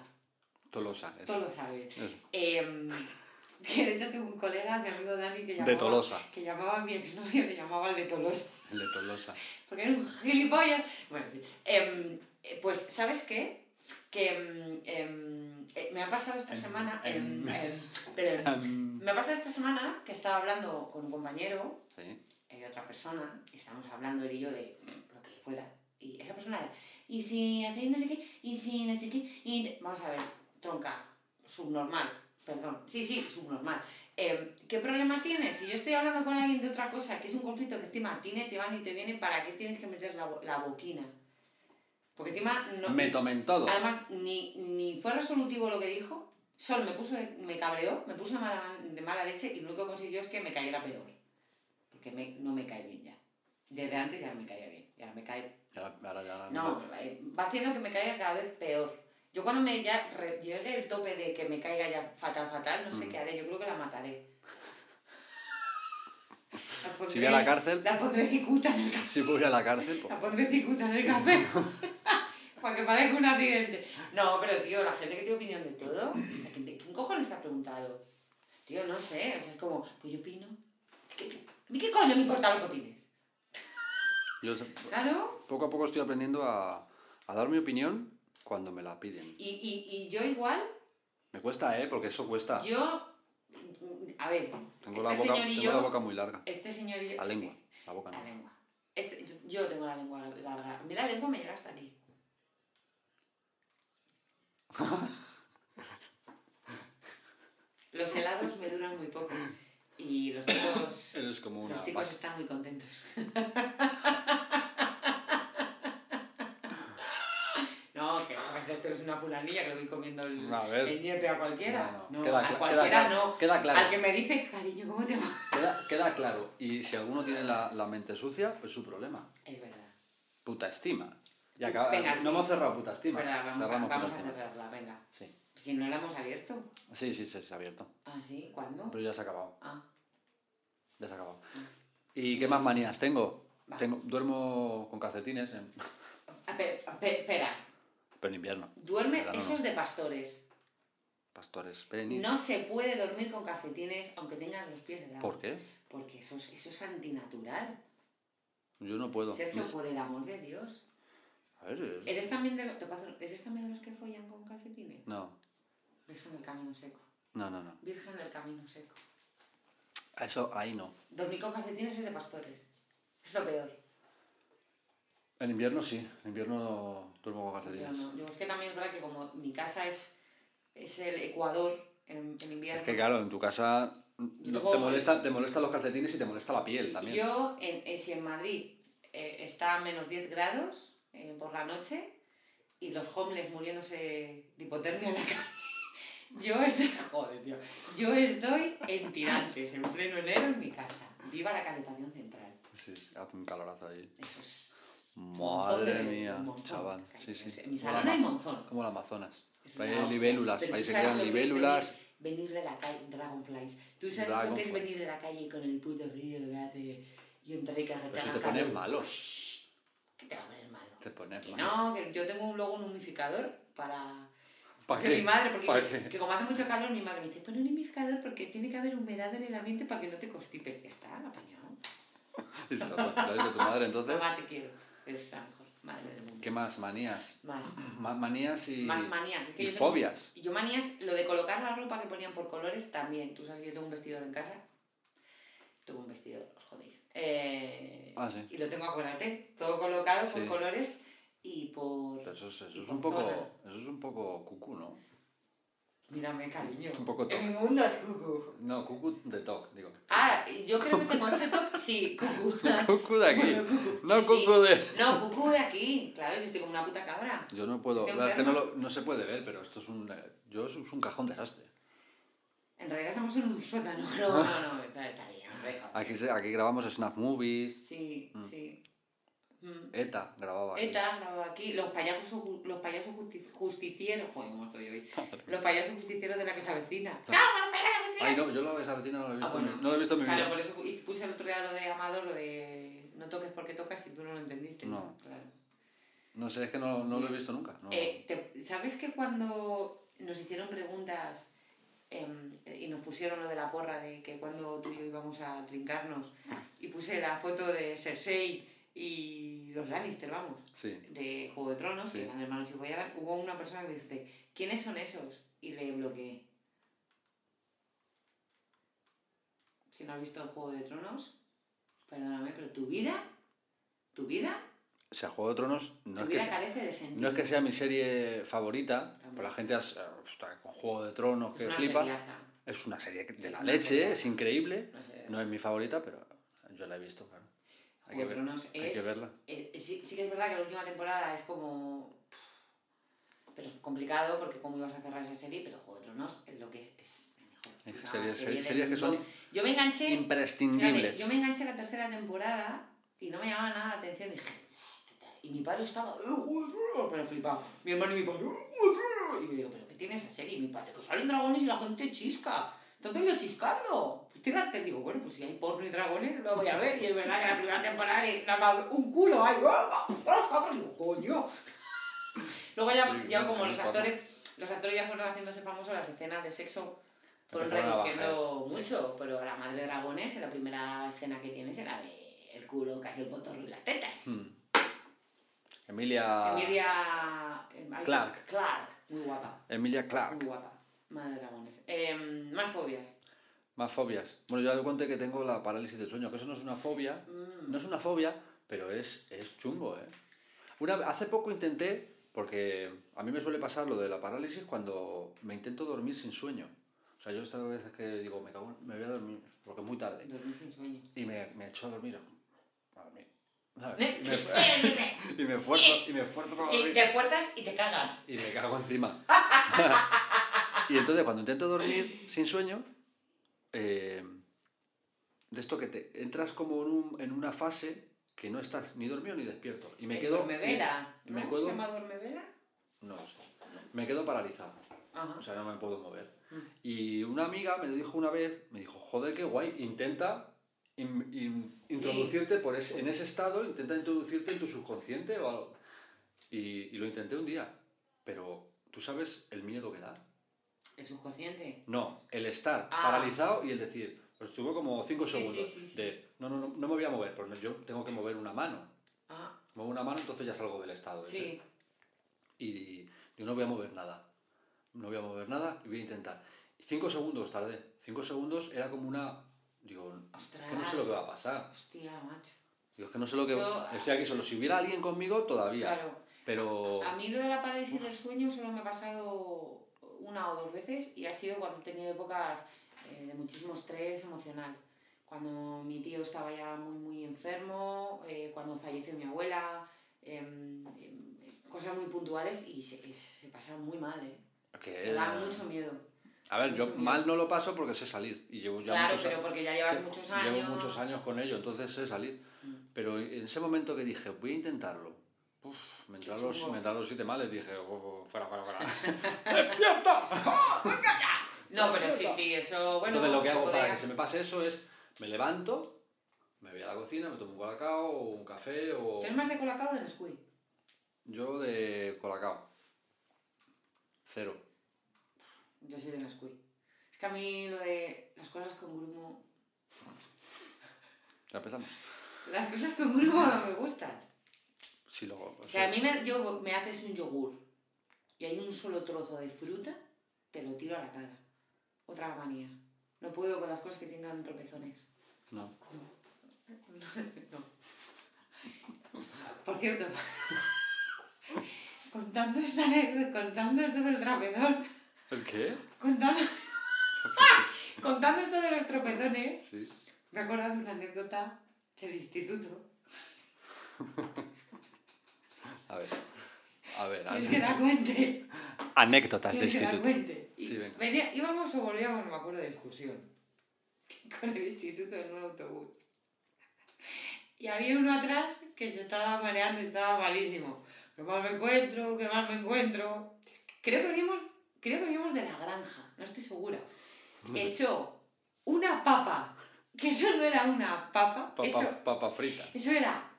S2: Tolosa. eso,
S1: Tolosa, ¿eh?
S2: eso.
S1: Em, que de hecho tengo un colega, mi amigo Dani, que llamaba,
S2: De Tolosa.
S1: que llamaba a mi exnovio, le llamaba el de Tolosa,
S2: El de Tolosa.
S1: porque era un gilipollas. Bueno, sí. Em, eh, pues, ¿sabes qué? Que em, em, eh, me ha pasado esta
S2: Em,
S1: semana, em,
S2: em.
S1: em, pero, em,
S2: Am.
S1: me ha pasado esta semana que estaba hablando con un compañero
S2: Sí.
S1: hay otra persona, y estábamos hablando él y yo de lo que fuera, y esa persona era, y si hacéis no sé qué, y si no sé qué, y te-". vamos a ver, tronca, subnormal, perdón, sí, sí, subnormal. Em, ¿Qué problema tienes? Si yo estoy hablando con alguien de otra cosa, que es un conflicto que encima a ti ni te va ni te viene, ¿para qué tienes que meter la, bo- la boquina? Porque encima no,
S2: Me tomen todo.
S1: Además, ni, ni fue resolutivo lo que dijo, solo me puso, de- me cabreó, me puso de mala, de mala leche y lo único que consiguió es que me cayera peor. Porque me- no me cae bien ya. Desde antes ya no me caía bien. Y ahora me cae.
S2: Y ahora- ahora ya
S1: No, eh, va haciendo que me caiga cada vez peor. Yo cuando me ya re- llegue el tope de que me caiga ya fatal, fatal, no sé
S2: Mm.
S1: qué haré. Yo creo que la mataré. La
S2: Si
S1: pondré-
S2: voy a la cárcel,
S1: La pondré cicuta en el café.
S2: si voy a la cárcel, pues,
S1: La pondré cicuta en el café. Para que parezca un accidente. No, pero tío, la gente que tiene opinión de todo, la gente- ¿quién cojones te ha preguntado? Tío, no sé, o sea, es como, pues yo opino. ¿Qué- qué- ¿A mí qué coño me importa lo que opines?
S2: yo
S1: Claro.
S2: poco a poco estoy aprendiendo a, a dar mi opinión cuando me la piden.
S1: Y, y, y yo igual,
S2: Me cuesta, ¿eh? Porque eso cuesta.
S1: yo. A ver,
S2: tengo, la
S1: este
S2: boca,
S1: señor y
S2: tengo
S1: yo-
S2: la boca muy larga.
S1: este señor y yo.
S2: La lengua.
S1: sí,
S2: La boca
S1: la
S2: no.
S1: lengua. Este- yo- yo tengo la lengua larga. A mí la lengua me llega hasta aquí. Los helados me duran muy poco. Y los chicos,
S2: Eres como una...
S1: los chicos están muy contentos. No, que a veces tú eres una fulanilla que le voy comiendo el,
S2: A ver.
S1: el niepe a cualquiera.
S2: No,
S1: No,
S2: no. Queda
S1: a
S2: cla-
S1: cualquiera
S2: queda cla-
S1: no.
S2: queda claro.
S1: Al que me dice, cariño, ¿cómo te va?
S2: Queda, queda claro. Y si alguno tiene la, la mente sucia, pues su problema.
S1: Es verdad.
S2: Puta estima. Y acaba-
S1: Venga,
S2: no
S1: sí.
S2: hemos cerrado puta
S1: Es
S2: estima.
S1: verdad, vamos, a,
S2: Cerramos puta
S1: vamos a
S2: estima.
S1: cerrarla, venga.
S2: Sí.
S1: Si no la hemos abierto.
S2: sí, sí, sí, se ha abierto.
S1: ¿Ah, sí? ¿Cuándo?
S2: Pero ya se ha acabado.
S1: Ah,
S2: Ya se ha acabado.
S1: Mm.
S2: ¿Y qué más manías tengo?
S1: Va.
S2: tengo duermo con calcetines, en-
S1: Ah, pe- pe- espera.
S2: pero en invierno.
S1: Duerme,
S2: Verano
S1: eso
S2: no.
S1: es de pastores.
S2: Pastores, Penny.
S1: No se puede dormir con calcetines aunque tengas los pies helados.
S2: ¿Por qué?
S1: Porque eso es, eso es antinatural.
S2: Yo no puedo.
S1: Sergio,
S2: No sé.
S1: por el amor de Dios.
S2: A ver, eh,
S1: ¿Eres también de, lo- te puedo hacer- ¿eres también de los que follan con calcetines?
S2: No,
S1: Virgen del camino seco.
S2: no, no, no.
S1: Virgen del camino seco.
S2: Eso ahí no.
S1: Dormir con calcetines es de pastores. Es lo peor.
S2: En invierno sí, en invierno
S1: Yo
S2: duermo con calcetines.
S1: no. Yo es que también es verdad que como mi casa es, es el Ecuador en, en invierno.
S2: Es que claro, en tu casa no-
S1: Luego-
S2: te, molesta, te molestan los calcetines y te molesta la piel también.
S1: Yo, en, eh, si en Madrid eh, está a menos 10 grados eh, por la noche y los homeless muriéndose de hipotermia en la calle, yo estoy, joder, tío, yo estoy en tirantes, en pleno enero en mi casa. Viva la calefacción central.
S2: Sí, sí, hace un calorazo ahí.
S1: Eso es un monzón
S2: Madre
S1: de-
S2: mía,
S1: un monzón.
S2: chaval. Sí, sí.
S1: En mi
S2: Como la
S1: salón hay
S2: Ama-
S1: monzón.
S2: Como el Amazonas.
S1: Es
S2: Pero ahí
S1: una
S2: hay
S1: hostia.
S2: libélulas,
S1: Pero
S2: ahí
S1: tú
S2: se
S1: sabes
S2: crean
S1: lo que es
S2: libélulas.
S1: venir- Venir de la calle, Dragonflies. Tú sabes lo que es
S2: Dragonflies.
S1: venir de la calle con el puto frío que hace y entrar y cagar.
S2: Pero si te pones malo,
S1: ¿Qué te va a poner malo?
S2: te pones
S1: Que
S2: malo.
S1: no, que yo tengo un logo en un humificador para.
S2: ¿Para
S1: que
S2: qué?
S1: mi madre, porque
S2: ¿Para qué?
S1: que como hace mucho calor, mi madre me dice, pon un humificador porque tiene que haber humedad en el ambiente para que no te constipes. Ya está, apañado.
S2: Y se lo lo dice tu madre, entonces.
S1: Mamá, te quiero. Eres la mejor madre del mundo.
S2: ¿Qué más? Manías.
S1: Más.
S2: Ma- manías y.
S1: Más manías. Es que
S2: y
S1: yo tengo-
S2: fobias.
S1: Yo manías, lo de colocar la ropa que ponían por colores también. Tú sabes que yo tengo un vestidor en casa. Tengo un vestidor, os jodéis. Eh,
S2: Ah, sí.
S1: Y lo tengo, acuérdate, todo colocado por
S2: Sí.
S1: colores y por...
S2: Pero eso, es- eso
S1: y
S2: es
S1: con
S2: un poco.
S1: zona.
S2: Eso es un poco cucú, ¿no?
S1: Mírame, cariño.
S2: Un poco toc.
S1: El mundo es cucú.
S2: No, cucú de toc, digo.
S1: Ah, yo creo que tengo ese top, sí, cucú.
S2: Cucú de aquí.
S1: Ah, Bueno, cucú.
S2: No
S1: Sí,
S2: cucú de.
S1: sí. No, cucú de aquí. Claro, yo estoy como una puta cabra.
S2: Yo no puedo.
S1: Estoy
S2: la verdad es que no,
S1: enferma.
S2: lo- no se puede ver, pero esto es un. Yo es un cajón desastre.
S1: En realidad estamos en un sótano. No, no, no, está, está bien. hombre, joder.
S2: Aquí, se- aquí grabamos Snap Movies.
S1: Sí, sí. Mm.
S2: ETA grababa aquí.
S1: ETA grababa aquí. Los payasos, ju- los payasos justi- justicieros. Joder, cómo estoy hoy. Los payasos justicieros de la que se avecina. ¡No, los payasos
S2: Ah. Ay,
S1: justicieros!
S2: no, yo lo de Sabatina no lo he
S1: Ah,
S2: visto.
S1: bueno.
S2: No lo he visto en mi vida.
S1: Claro, por eso pu- y puse el otro día lo de Amado, lo de no toques porque tocas si tú no lo entendiste.
S2: No.
S1: Claro.
S2: No sé, es que no, no lo he visto nunca. no.
S1: Eh, te- ¿Sabes que cuando nos hicieron preguntas em, y nos pusieron lo de la porra de que cuando tú y yo íbamos a trincarnos y puse la foto de Cersei y los Lannister, vamos?
S2: Sí.
S1: de Juego de Tronos,
S2: Sí.
S1: que eran hermanos y follaban, hubo una persona que me dice, ¿quiénes son esos? Y le bloqueé. Si no has visto el Juego de Tronos, perdóname, pero tu vida, tu vida,
S2: O sea, Juego de Tronos
S1: tu
S2: no es, que
S1: vida
S2: sea,
S1: carece de sentido.
S2: no es que sea mi serie favorita,
S1: Hombre.
S2: pero la gente as- eh, está con Juego de Tronos
S1: Es
S2: que
S1: una
S2: flipa.
S1: seriaza,
S2: Es una serie de
S1: Es
S2: la
S1: una
S2: leche,
S1: seriaza.
S2: es increíble.
S1: una seriaza.
S2: No es mi favorita, pero yo la he visto, claro. Hay
S1: Juego
S2: que
S1: de
S2: ver.
S1: Tronos
S2: hay
S1: es...
S2: que verla.
S1: eh, sí, sí que es verdad que la última temporada es como... Pero es complicado porque cómo ibas a cerrar esa serie, pero Juego de Tronos es lo que es... es la
S2: Hay
S1: mejor
S2: series,
S1: serie del
S2: series que son
S1: mundo. Yo me enganché... Fíjate,
S2: imprescindibles.
S1: yo me enganché a la tercera temporada y no me llamaba nada la atención. Dije, y mi padre estaba, "Eh, Juego de Tronos", pero flipado. Mi hermano y mi padre, "Eh, Juego de Tronos". Y yo digo, ¿pero qué tiene esa serie? Y mi padre, que salen dragones y la gente chisca. ¿Te han ido chiscando? Pues tírate. Digo, bueno, pues si hay porno y dragones, lo voy a ver. Y es verdad que la primera temporada es nada más un culo. "Eh, ¡Ay, guau! Digo, coño. Luego ya,
S2: Sí,
S1: ya como
S2: es
S1: los
S2: guapo.
S1: actores, los actores ya fueron haciéndose famosos, las escenas de sexo fueron
S2: Empezaron a
S1: reduciendo mucho, pero la madre de dragones, la primera escena que tienes era de el culo casi el botorro y las tetas. Ah.
S2: Hmm. Emilia... Emilia...
S1: Emilia eh, ay,
S2: Clarke.
S1: Clarke, muy guapa, muy
S2: Clark.
S1: guapa. Madre de dragones. Em, más fobias.
S2: Más fobias. Bueno, yo ya le conté que tengo la parálisis del sueño, que eso no es una fobia,
S1: Mm.
S2: No es una fobia, pero es, es chungo, ¿eh? Una, hace poco intenté, porque a mí me suele pasar lo de la parálisis cuando me intento dormir sin sueño. O sea, yo estas veces que digo, me, cago en- me voy a dormir, porque es muy tarde.
S1: Dormir sin sueño.
S2: Y me, me echo a dormir. A dormir. ¿sabes? Y me-
S1: y
S2: y me esfuerzo, y me esfuerzo para dormir.
S1: te fuerzas Eh, y te cagas.
S2: Y me cago encima. y entonces cuando intento dormir sin sueño, eh, de esto que te entras como en, un- en una fase que no estás ni dormido ni despierto. Y me
S1: El
S2: quedo...
S1: Dormevela.
S2: y me
S1: Eh, ¿no?
S2: quedo-
S1: ¿Se llama dormevela?
S2: No lo sé. Me quedo paralizado.
S1: Ajá.
S2: O sea, no me puedo mover.
S1: Mm.
S2: Y una amiga me dijo una vez, me dijo, joder, qué guay, intenta in- in- introducirte por ese- en ese estado, intenta introducirte en tu subconsciente o algo. Y, y lo intenté un día, pero tú sabes el miedo que da.
S1: El subconsciente.
S2: No, el estar
S1: Ah.
S2: paralizado y el decir, pues estuvo como 5
S1: Sí, sí,
S2: segundos
S1: sí, sí.
S2: de, no, no, no, no me voy a mover, pues no, yo tengo que mover una mano.
S1: Ah,
S2: Muevo una mano, entonces ya salgo del estado. ese.
S1: sí.
S2: Y yo no voy a mover nada. No voy a mover nada y voy a intentar. Y cinco segundos tardé. Cinco segundos era como una... Digo,
S1: Ostras.
S2: que no sé lo que va a pasar.
S1: Hostia, macho.
S2: Digo, es que no sé lo que.
S1: Yo-
S2: Estoy aquí solo. Si hubiera alguien conmigo, todavía.
S1: Claro.
S2: Pero.
S1: A mí lo de la parálisis del sueño solo me ha pasado una o dos veces y ha sido cuando he tenido épocas eh, de muchísimo estrés emocional. Cuando mi tío estaba ya muy, muy enfermo, eh, cuando falleció mi abuela, em, em, cosas muy puntuales y se, se pasa muy mal, ¿eh?
S2: que-
S1: Se da mucho miedo.
S2: a ver, yo
S1: mucho miedo.
S2: mal no lo paso porque sé salir. Y llevo ya
S1: claro,
S2: muchos
S1: pero
S2: años-
S1: porque ya llevas
S2: sí,
S1: muchos años.
S2: Llevo muchos años con ello, entonces sé salir.
S1: Mm.
S2: Pero en ese momento que dije, voy a intentarlo. Uf, me
S1: Qué
S2: entraron los,
S1: chungo.
S2: me entraron los siete males. Dije, "Oh, oh, fuera, fuera, fuera. ¡Despierta!
S1: No,
S2: Las
S1: pero sí,
S2: cosas.
S1: sí, eso, bueno.
S2: Pues Entonces lo que
S1: se
S2: hago para
S1: podría-
S2: que se me pase eso es, me levanto, me voy a la cocina, me tomo un colacao o un café o...
S1: ¿Tú eres más de colacao o de Nesquik?
S2: Yo de colacao. Cero.
S1: Yo soy de Nesquik. Es que a mí lo de las cosas con grumo.
S2: Ya empezamos.
S1: Las cosas con grumo no me gustan.
S2: Sí, luego...
S1: O sea, a mí me, yo, me haces un yogur y hay un solo trozo de fruta, te lo tiro a la cara. Otra manía. No puedo con las cosas que tengan tropezones.
S2: No.
S1: No. Por cierto, contando, esta, anécdota- contando esto del trapedón,
S2: ¿El qué?
S1: contando, contando esto de los tropezones,
S2: Sí.
S1: Me he acordado de una anécdota del instituto.
S2: A ver. A ver, a
S1: Es que la
S2: ver.
S1: cuente.
S2: Anécdotas de
S1: Es que la
S2: instituto.
S1: cuente. Y
S2: Sí, venga.
S1: venía- íbamos o volvíamos, no me acuerdo de excursión. Con el instituto en un autobús. Y había uno atrás que se estaba mareando y estaba malísimo. ¿Qué más me encuentro? ¿Qué más me encuentro? Creo que veníamos, creo que veníamos de la granja, no estoy segura. Echó una papa, que eso no era una papa,
S2: Papa,
S1: eso
S2: papa frita.
S1: Eso era.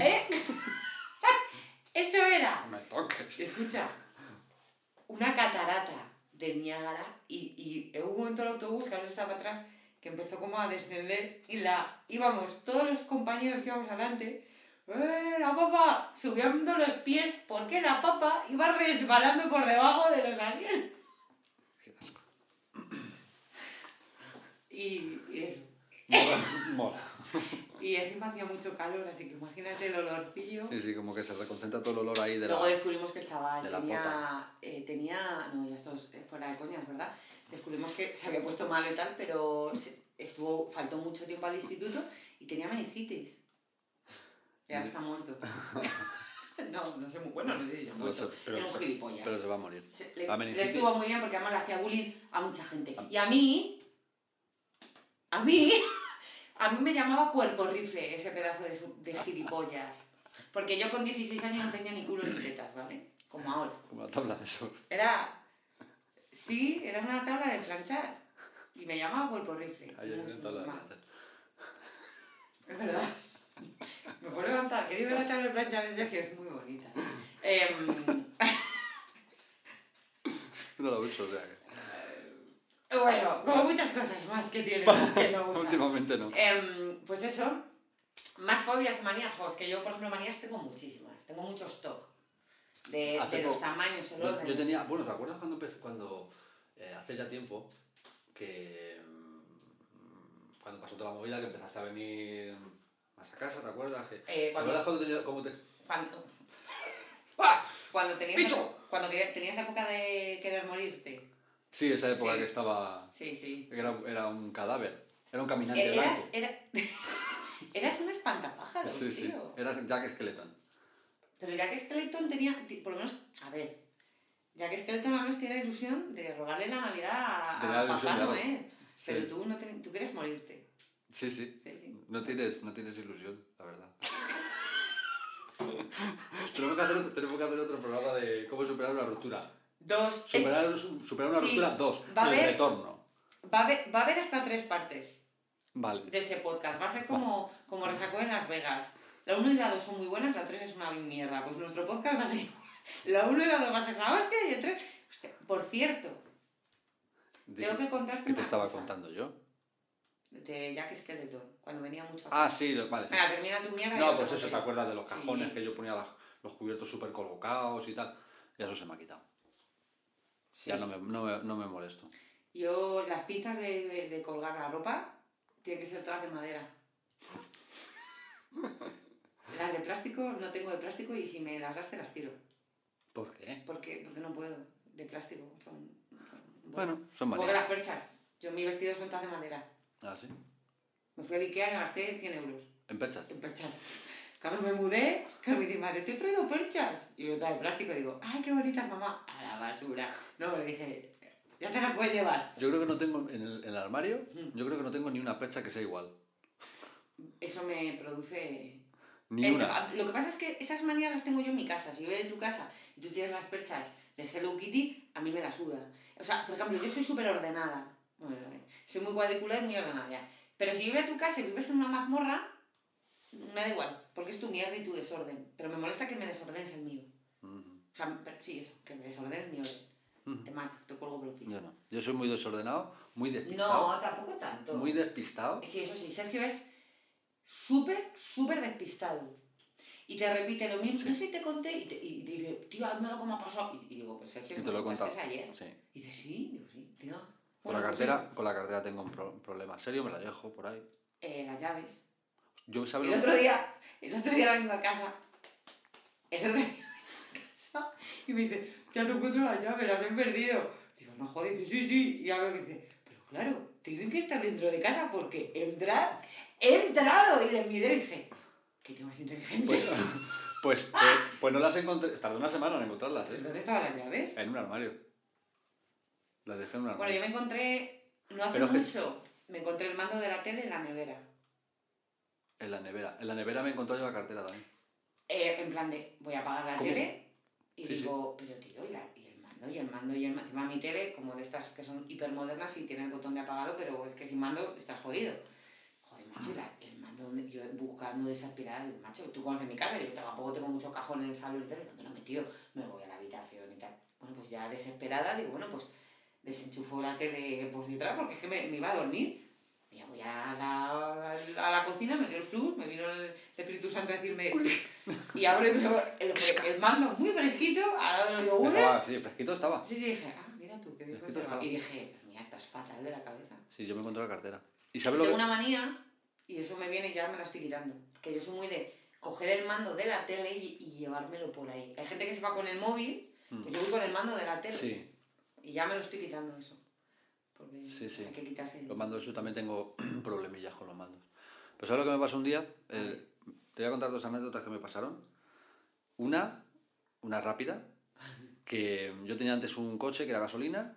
S1: ¿Eh? Eso era.
S2: No me toques.
S1: Escucha, una catarata del Niágara y, y hubo un momento el autobús que ahora estaba atrás que empezó como a descender y la íbamos todos los compañeros que íbamos adelante. ¡Eh, la papa! Subiendo los pies porque la papa iba resbalando por debajo de los asientos. Y- y eso.
S2: Mola. mola.
S1: Y encima hacía mucho calor, así que imagínate el olorcillo.
S2: Sí, sí, como que se reconcentra todo el olor ahí de la...
S1: Luego descubrimos que el chaval
S2: de la
S1: tenía, eh, tenía. No, ya esto es eh, fuera de coñas, ¿verdad? Descubrimos que se había puesto malo y tal, pero se- estuvo, faltó mucho tiempo al instituto y tenía meningitis. Ya está muerto. no, no sé muy bueno, no sé si se ha
S2: No sé,
S1: muerto.
S2: Pues, pero,
S1: Era un
S2: se,
S1: gilipollas.
S2: pero se va a morir.
S1: Se- le,
S2: la
S1: le
S2: meningitis.
S1: estuvo muy bien porque además le hacía bullying a mucha gente.
S2: Ah.
S1: Y a mí, a mí, a mí me llamaba cuerpo rifle ese pedazo de, su- de gilipollas. Porque yo con 16 años no tenía ni culo ni tetas, ¿vale? Como ahora.
S2: Como la tabla de surf.
S1: Era, sí, era una tabla de planchar. Y me llamaba cuerpo rifle.
S2: Ahí hay
S1: No
S2: una
S1: es
S2: tabla de
S1: normal.
S2: planchar.
S1: Es verdad. Me puedo levantar. Que vive la tabla de planchar desde que es muy bonita. Em,
S2: No la uso, o sea que...
S1: Bueno, como muchas cosas más que tiene que no usa.
S2: Últimamente no.
S1: Em, pues eso, más fobias, manías, jo, es que yo, por ejemplo, manías tengo muchísimas, tengo mucho stock. De,
S2: Hace
S1: de los
S2: poco-
S1: tamaños, el
S2: Yo,
S1: orden.
S2: yo tenía, bueno, ¿te acuerdas cuando empecé, cuando eh, hace ya tiempo que mm, cuando pasó toda la movida que empezaste a venir más a casa, ¿te acuerdas? Que,
S1: Eh,
S2: ¿Te
S1: cuando,
S2: acuerdas cuando tenía, cómo te...
S1: cuando,
S2: ¡Ah!
S1: cuando tenías
S2: ¡Bicho!
S1: la- cuando que- tenías la época de querer morirte.
S2: Sí, esa época
S1: Sí.
S2: que estaba,
S1: Sí, sí.
S2: que era, era un cadáver, era un caminante
S1: Eh,
S2: blanco.
S1: Eras, era- eras un espantapájaros,
S2: Sí, sí,
S1: tío.
S2: eras Jack Skeleton.
S1: Pero Jack Skeleton tenía, ti- por lo menos, a ver, Jack Skeleton al menos tiene la ilusión de robarle la Navidad a,
S2: Sí, tenía la
S1: a
S2: ilusión,
S1: Papá
S2: claro.
S1: Noel.
S2: Sí.
S1: Pero tú, no ten- tú quieres morirte.
S2: Sí, sí.
S1: Sí, sí.
S2: No tienes, no tienes ilusión, la verdad. tenemos, que hacer otro, tenemos que hacer otro programa de cómo superar una ruptura.
S1: Dos. es-
S2: Superar, superar una
S1: sí,
S2: ruptura, dos.
S1: va a
S2: el
S1: haber-
S2: retorno.
S1: va, a haber, va a haber hasta tres partes
S2: Vale.
S1: de ese podcast. Va a ser como, como Resacó en Las Vegas. La 1 y la 2 son muy buenas, la 3 es una mierda. Pues nuestro podcast va a ser igual. La 1 y la 2 va a ser la hostia y el 3... Por cierto,
S2: Di-
S1: tengo que contarte
S2: ¿Qué te
S1: una
S2: estaba
S1: cosa
S2: contando yo?
S1: De Jack Skeleton, cuando venía mucho a...
S2: Ah, sí, lo- vale. sí.
S1: Venga, termina tu mierda y ya
S2: No,
S1: te
S2: pues
S1: cuento
S2: eso, ¿te
S1: yo.
S2: acuerdas de los cajones
S1: Sí.
S2: que yo ponía las- los cubiertos súper colocados y tal? Ya eso se me ha quitado.
S1: Sí.
S2: Ya no me, no, me, no me molesto.
S1: Yo, las pinzas de, de- de colgar la ropa tienen que ser todas de madera. plástico no tengo de plástico y si me las das te las tiro.
S2: ¿Por qué?
S1: Porque, porque no puedo. De plástico. Son,
S2: Bueno, son
S1: Porque
S2: varias.
S1: las perchas. Yo mis vestidos son todas de madera.
S2: Ah, sí.
S1: Me fui a Ikea y me gasté 100 euros
S2: En perchas.
S1: en perchas. Cuando me mudé, que me dice, madre, te he traído perchas. Y yo estaba de plástico y digo, ay, qué bonitas, mamá. A la basura. No, le dije, ya te las puedes llevar.
S2: Yo creo que no tengo, en el, en el armario,
S1: Mm.
S2: yo creo que no tengo ni una percha que sea igual.
S1: Eso
S2: Eso
S1: me produce
S2: Ni
S1: Eh,
S2: una.
S1: a- Lo que pasa es que esas manías las tengo yo en mi casa. Si yo voy a tu casa y tú tienes las perchas de Hello Kitty, a mí me la suda. O sea, por ejemplo, yo soy súper ordenada. Bueno, eh, soy muy cuadriculada y muy ordenada ya. Pero si yo voy a tu casa y vives en una mazmorra, me da igual, porque es tu mierda y tu desorden. Pero me molesta que me desordenes el mío.
S2: Mm.
S1: O sea, pero- sí, eso, que me desordenes mi orden.
S2: Mm.
S1: Te mato, te cuelgo por los pies.
S2: Yo no. Yo soy muy desordenado, muy despistado.
S1: No, tampoco tanto.
S2: Muy despistado.
S1: Sí, eso sí, Sergio es súper, súper despistado. Y te repite lo mismo.
S2: Sí.
S1: No sé si te conté. Y, te, y dice, tío, lo cómo ha pasado. Y, y digo, pues Sergio,
S2: Y te lo he
S1: me contaste
S2: contado.
S1: ayer.
S2: Sí.
S1: Y dice, sí, digo, sí, tío.
S2: Con la
S1: Bueno, pues
S2: cartera, con la cartera tengo un, pro- un problema serio, me la dejo por ahí.
S1: sí. Eh, las llaves.
S2: Yo sabes
S1: El
S2: lo-
S1: otro día, el otro día vengo a casa. El otro día vengo a casa. Y me dice, ya no encuentro las llaves, las he perdido. Digo, no joder, dice, sí, sí. Y ya veo que dice, pero claro, tienen que estar dentro de casa porque entrar, he entrado. Y le miré y dije, qué tío más inteligente.
S2: Pues, pues, eh, pues no las encontré. Tardé una semana en encontrarlas, ¿eh?
S1: ¿Dónde estaban las llaves?
S2: En un armario. Las dejé en un
S1: Bueno, yo
S2: armario.
S1: me encontré, no hace
S2: eh, Pero es que-
S1: mucho, me encontré el mando de la tele en la nevera.
S2: En la nevera. En la nevera me encontré yo la cartera también.
S1: Eh, en plan de, voy a apagar la
S2: ¿Cómo?
S1: tele y
S2: Sí, sí.
S1: digo, pero tío, ¿y, la- y el mando, y el mando, y el mando. Encima mi tele, como de estas que son hipermodernas y tiene el botón de apagado, pero es que sin mando estás jodido. Joder, macho,
S2: Ah.
S1: y la- el mando, ¿dónde? yo buscando desesperada, digo, macho, tú conoces mi casa, yo tampoco tengo muchos cajones en el salón y tal, ¿dónde lo he metido? Me voy a la habitación y tal. Bueno, pues ya desesperada, digo, bueno, pues desenchufo la tele por detrás pues, porque es que me, me iba a dormir. Y ya voy a la, a la cocina, me dio el flux, me vino el Espíritu Santo a decirme. Y abro y veo el, el mando muy fresquito al lado de los yogures.
S2: Estaba así, fresquito estaba.
S1: Sí, sí, dije, ah, mira tú, qué bien
S2: Es que
S1: conservado.
S2: estaba-
S1: Y dije, mira, estás fatal de la cabeza.
S2: Sí, yo me encontré la cartera. ¿Y sabes lo
S1: Tengo
S2: que.?
S1: una manía, y eso me viene y ya me lo estoy quitando. Que yo soy muy de coger el mando de la tele y, y llevármelo por ahí. Hay gente que se va con el móvil,
S2: Mm.
S1: pues yo voy con el mando de la tele.
S2: Sí,
S1: Y ya me lo estoy quitando eso. Porque
S2: Sí, sí.
S1: hay que quitarse.
S2: los mandos. Yo también tengo problemillas con los mandos. Pero ¿sabes lo que me pasó un día? El- te voy a contar dos anécdotas que me pasaron. Una, una rápida, que yo tenía antes un coche que era gasolina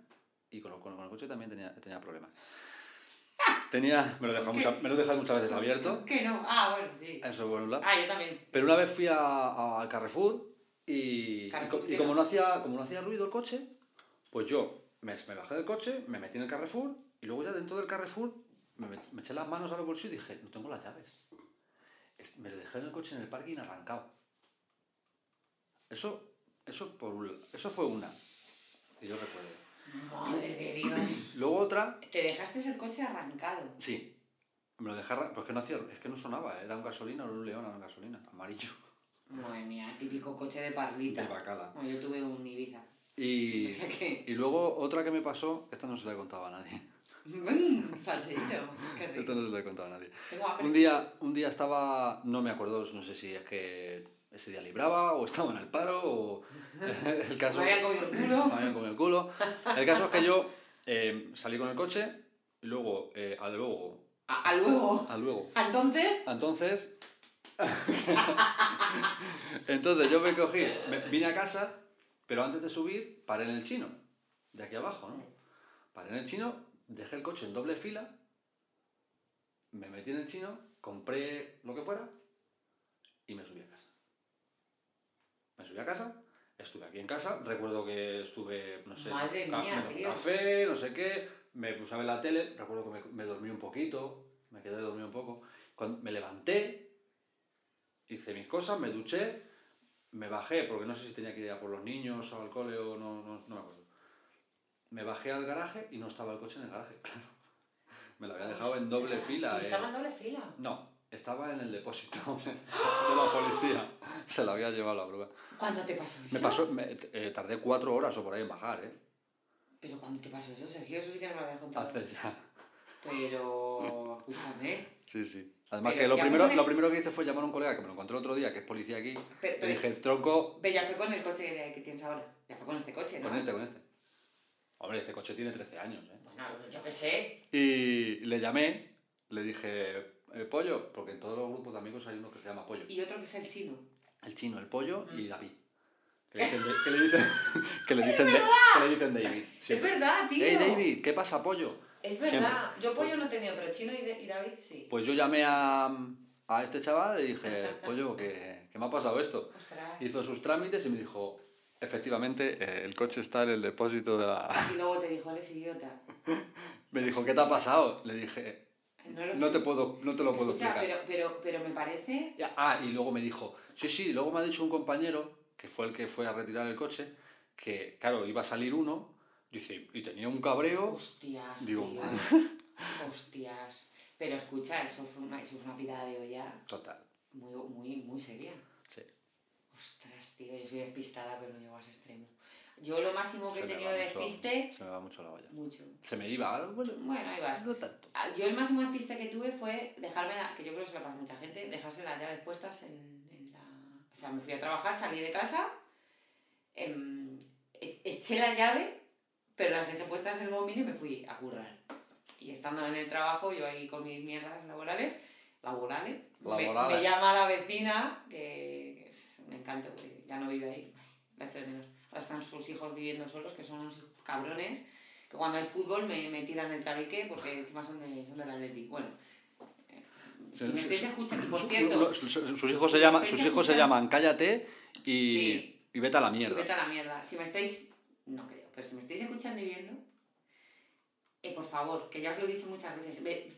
S2: y con, lo- con- con el coche también tenía, tenía problemas. Tenía, me, lo he dejado
S1: ¿Qué?
S2: mucha- me lo he dejado muchas veces abierto.
S1: Que no. Ah, bueno, sí.
S2: Eso por un lado.
S1: Ah, yo también.
S2: Pero una vez fui a- al Carrefour y, y
S1: Carrefour
S2: co- y
S1: tiene-
S2: como, no hacía, como no hacía ruido el coche, pues yo me, me bajé del coche, me metí en el Carrefour y luego ya dentro del Carrefour me, met- me eché las manos a los bolsillos y dije, no tengo las llaves. Es- Me lo dejé en el coche en el parking arrancado. Eso, eso, por un- eso fue una, que yo recuerdo.
S1: Madre de Dios.
S2: Luego otra,
S1: Te dejaste el coche arrancado.
S2: sí, me lo dejé arran- pues que no hacía, es que no sonaba, era un gasolina, era un león, era un gasolina, amarillo,
S1: Madre mía, típico coche de parlita.
S2: de bacala.
S1: Bueno, yo tuve un Ibiza.
S2: Y...
S1: O sea que.
S2: Y luego otra que me pasó, esta no se la he contado a nadie.
S1: ¡Bum! Salsillito. Qué
S2: Esta
S1: rico.
S2: no se la he contado a nadie.
S1: Tengo hambre.
S2: Un día, un día estaba, no me acuerdo, no sé si es que ese día libraba o estaba en el paro o el caso...
S1: Me había comido el culo.
S2: Me habían comido el culo. El caso es que yo eh, salí con el coche y luego, eh, al luego,
S1: A, a luego.
S2: al luego.
S1: Entonces.
S2: Entonces, entonces yo me cogí, me- vine a casa, pero antes de subir paré en el chino, de aquí abajo, ¿no? Paré en el chino, dejé el coche en doble fila, me metí en el chino, compré lo que fuera y me subí a casa. Me subí a casa, estuve aquí en casa, recuerdo que estuve, no sé,
S1: Madre
S2: ca-
S1: mía,
S2: me tomé un
S1: tío.
S2: café, no sé qué, me puse a ver la tele, recuerdo que me, me dormí un poquito, me quedé dormido un poco. Cuando me levanté, hice mis cosas, me duché, me bajé, porque no sé si tenía que ir a por los niños o al cole o no, no, no me acuerdo. Me bajé al garaje y no estaba el coche en el garaje, claro. Me lo había dejado en doble fila.
S1: Y Estaba
S2: eh.
S1: en doble fila.
S2: No, estaba en el depósito de la policía. Se lo había llevado la grúa.
S1: ¿Cuándo te pasó eso?
S2: Me pasó, me- eh, tardé cuatro horas o por ahí en bajar, ¿eh?
S1: Pero cuando te pasó eso, Sergio, eso sí que no me lo habías contado.
S2: Hace ya.
S1: Pero. Escúchame.
S2: Sí, sí. Además
S1: Pero
S2: que lo
S1: ya
S2: primero,
S1: fue-
S2: lo primero que hice fue llamar a un colega que me lo encontré el otro día, que es policía aquí.
S1: Pero-
S2: le
S1: pero-
S2: dije, tronco,
S1: Ve, ya fue con el coche que- que tienes ahora. Ya fue con este coche, ¿no?
S2: con este, con este. Hombre, este coche tiene 13 años, ¿eh?
S1: Bueno, yo qué sé.
S2: Y le llamé, le dije, "Eh, pollo, porque en todos los grupos de amigos hay uno que se llama pollo.
S1: Y otro que es el chino.
S2: El chino, el pollo y
S1: Mm.
S2: la pi. Que le dicen, de- que le dicen, que le dicen, de- que le dicen David. siempre.
S1: Es verdad, tío.
S2: Hey David, ¿qué pasa, pollo?
S1: Es verdad. Yo pollo no he tenido, pero chino y, de- y David sí.
S2: Pues yo llamé a, a este chaval y dije, pollo, que, que me ha pasado esto.
S1: Ostras.
S2: Hizo sus trámites Pues, y me dijo, efectivamente, eh, el coche está en el depósito de la...
S1: Y luego te dijo, eres idiota.
S2: Me dijo, ¿qué te ha pasado? Le dije,
S1: No lo
S2: no
S1: sé.
S2: te, puedo, no te lo puedo
S1: Escucha,
S2: explicar.
S1: pero, pero, pero me parece...
S2: Ya, Ah, y luego me dijo, sí, sí, luego me ha dicho un compañero, que fue el que fue a retirar el coche, que claro, iba a salir uno, dice, y tenía un cabreo.
S1: Hostias,
S2: Digo,
S1: tío. Hostias. Pero escucha, eso, fue una, eso es una pirada de olla
S2: Total,
S1: muy, muy, muy seria.
S2: sí.
S1: Ostras, tío, yo soy despistada, pero no llego a ese extremo. Yo lo máximo que he
S2: me
S1: tenido
S2: va
S1: de
S2: mucho-
S1: despiste...
S2: se me va mucho la olla.
S1: Mucho.
S2: Se me iba, ah, bueno,
S1: Bueno, ahí vas.
S2: no tanto.
S1: Ah, Yo el máximo despiste que tuve fue dejarme, la, que yo creo que se lo pasa a mucha gente, dejarse las llaves puestas en, en la... O sea, me fui a trabajar, salí de casa, em, e- eché la llave, pero las dejé puestas en el móvil y me fui a currar. Y estando en el trabajo, yo ahí con mis mierdas laborales, laborales, me- Me,
S2: Laborales.
S1: llama la vecina, que, que es un encanto, porque ya no vive ahí, la echo de menos. Ahora están sus hijos viviendo solos, que son unos hij- cabrones, que cuando hay fútbol me, me tiran el tabique porque encima son, de, son del Atleti. Bueno, eh, si me estáis escuchando, y por
S2: Su-
S1: cierto,
S2: no, su- su- sus hijos se
S1: si
S2: llaman,
S1: estáis
S2: sus hijos se
S1: escuchando-
S2: llaman cállate y,
S1: Sí.
S2: y vete a la
S1: Y
S2: mierda.
S1: vete a la mierda. Si me estáis. No creo, pero si me estáis escuchando y viendo. eh, por favor, que ya os lo he dicho muchas veces. ve-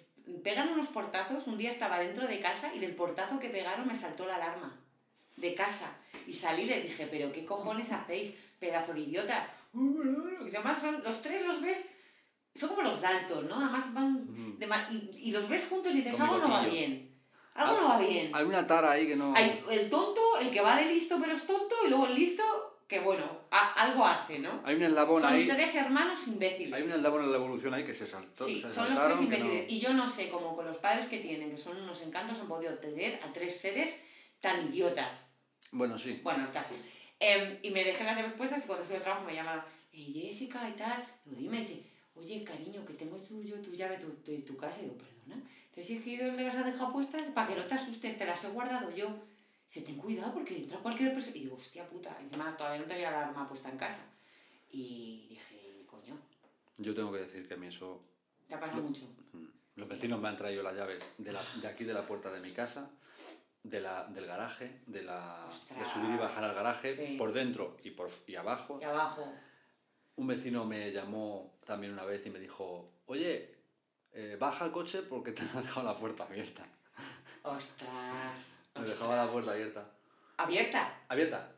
S1: pegan unos portazos. Un día estaba dentro de casa y del portazo que pegaron me saltó la alarma. De casa. Y salí y les dije, ¿pero qué cojones hacéis? Pedazo de idiotas. Y además son, los tres los ves. Son como los Dalton, ¿no? Además van.
S2: Ujú.
S1: de ma- y, y los ves juntos y dices,
S2: Con
S1: algo no va
S2: bigotillo.
S1: bien. Algo no va bien.
S2: Hay una tara ahí que no.
S1: Hay el tonto, el que va de listo pero es tonto, y luego el listo que, bueno, a- algo hace, ¿no?
S2: Hay un eslabón
S1: son
S2: ahí.
S1: tres hermanos imbéciles.
S2: Hay un eslabón en la evolución ahí que se saltó.
S1: sí,
S2: se
S1: son los tres
S2: saltaron, que no-
S1: imbéciles. Y yo no sé cómo con los padres que tienen, que son unos encantos, han podido tener a tres seres tan idiotas.
S2: Bueno, sí.
S1: Bueno, el caso. Em, y me dejé las llaves puestas y cuando estuve al trabajo me llamaron, "Eh, Jessica y tal. Digo, dime, dice, oye, cariño, que tengo tu, yo tus llaves de tu, de tu casa. Y digo, perdona, te he exigido que las has dejado puestas para que no te asustes, te las he guardado yo. Dice, ten cuidado porque entra cualquier persona. Y digo, hostia puta, encima todavía no tenía la alarma puesta en casa. Y dije, coño,
S2: Yo tengo que decir que a mí eso
S1: te ha pasado mucho.
S2: Los vecinos me han traído las llaves de, la- de aquí de la puerta de mi casa, de la, del garaje, de, la, de subir y bajar al garaje,
S1: Sí.
S2: por dentro y, por, f- y abajo.
S1: Y abajo,
S2: Un vecino me llamó también una vez y me dijo, oye, eh, baja el coche porque te han dejado la puerta abierta.
S1: ostras.
S2: Me
S1: ostras.
S2: dejaba la puerta abierta.
S1: Abierta.
S2: Abierta.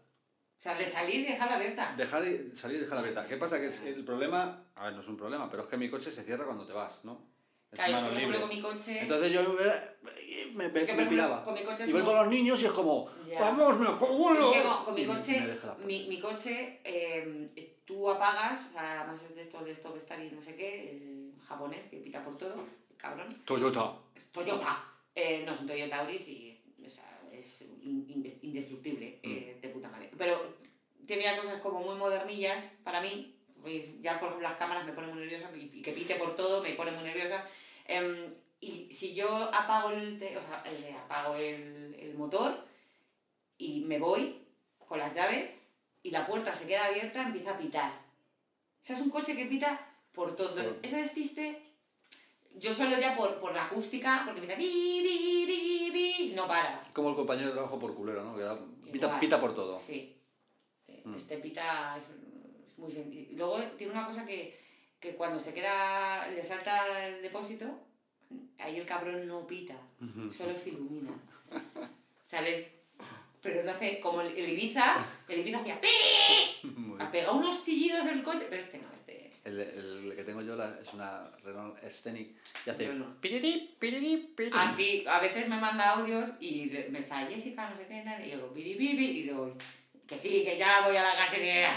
S1: O sea, de salir, dejarla abierta.
S2: Dejar y, salir y dejar abierta. ¿Qué pasa? Que es- el problema, a ver, no es un problema, pero es que mi coche se cierra cuando te vas, ¿no? Es
S1: Claro, yo
S2: manos
S1: por ejemplo
S2: libres.
S1: con mi coche.
S2: Entonces yo era- me, me,
S1: Es que, por
S2: me
S1: ejemplo,
S2: piraba.
S1: con mi coche es
S2: y voy
S1: como-
S2: con los niños y es como,
S1: Ya.
S2: vamos, me
S1: Es
S2: acuerdo.
S1: que con, con mi
S2: Y me- me
S1: coche,
S2: deja la puerta.
S1: mi, mi coche, eh, tú apagas, o sea, además es de estos de estos Vestal y no sé qué, eh, japonés, que pita por todo, cabrón.
S2: Toyota.
S1: Es Toyota. Eh, no, es un Toyota Auris y es, o sea, es in- in- indestructible,
S2: Mm.
S1: eh, de puta madre. Pero tenía cosas como muy modernillas para mí. pues, ya, por ejemplo, las cámaras me ponen muy nerviosa y, y que pite por todo me pone muy nerviosa. Em, y si yo apago el, te- o sea, eh, apago el, el motor y me voy con las llaves y la puerta se queda abierta, empieza a pitar. O sea, es un coche que pita por todo. Entonces,
S2: Por-
S1: ese despiste, yo solo ya por, por la acústica, porque empieza bi, bi, bi, bi, no para.
S2: Como el compañero de trabajo por culero, ¿no? Que da- pita,
S1: Igual.
S2: pita por todo.
S1: Sí. Eh,
S2: Mm.
S1: Este pita es, es muy sen- y Luego tiene una cosa que, que cuando se queda, le salta el depósito, ahí el cabrón no pita, solo se ilumina. Sale. Pero no hace, como el, el Ibiza, el Ibiza hacía pi,
S2: Muy bien.
S1: ha pegado unos chillidos del coche, pero este no, este.
S2: El, el que tengo yo la- es una Renault Scenic y hace
S1: Yo no. Ah,
S2: piriri, piriri, piriri.
S1: Así, a veces me manda audios y le- me está Jessica, no sé qué, tal, y yo digo, "Biri, biri", y digo, que sí, que ya voy a la gasolinera.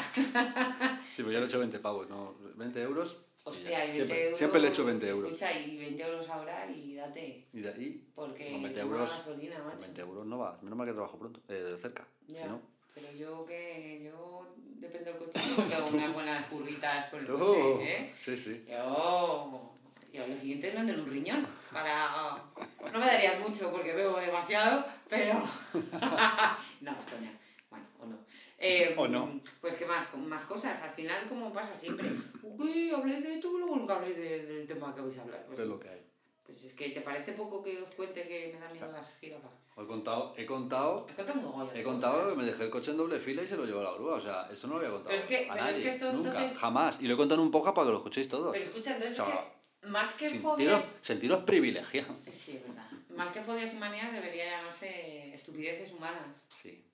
S2: Sí, pues ya le he hecho 20 pavos, ¿no? 20 euros
S1: Hostia, y 20
S2: Siempre-
S1: euros.
S2: siempre le echo 20 euros.
S1: Escucha, y 20 euros ahora y date.
S2: Y de ahí,
S1: Porque
S2: Con 20
S1: yo con
S2: euros-
S1: gasolina,
S2: con
S1: macho.
S2: 20 euros no va. Menos mal que trabajo pronto, eh, de cerca.
S1: Ya.
S2: Si no,
S1: Pero yo que. Yo depende del coche. Yo pego unas buenas curritas por el
S2: Tú,
S1: coche, ¿eh?
S2: Sí, sí.
S1: Yo. Yo lo siguiente es vender un riñón. Para. No me darían mucho porque bebo demasiado, pero. no, es coña. Bueno, o no. Eh,
S2: O no.
S1: Pues que más, más cosas. Al final, como pasa siempre. Uy, hablé de tú, luego nunca hablé de- del tema que vais a hablar. Pues,
S2: Es lo que hay.
S1: pues es que te parece poco que os cuente que me dan miedo las jirafas.
S2: He contado, he contado,
S1: Has contado muy guay,
S2: he
S1: ¿no?
S2: contado que me dejé el coche en doble fila y se lo llevó a la grúa. O sea, esto no lo había contado.
S1: Pero es que-
S2: a
S1: pero es
S2: nadie,
S1: que esto
S2: nunca,
S1: entonces-
S2: jamás. Y lo he contado en un podcast para que lo escuchéis todos.
S1: Pero escucha, entonces
S2: O
S1: es
S2: sea,
S1: que más que
S2: sentiros,
S1: fobias.
S2: sentiros privilegiados.
S1: Sí, es verdad. Más que fobias y manías debería llamarse estupideces humanas.
S2: Sí.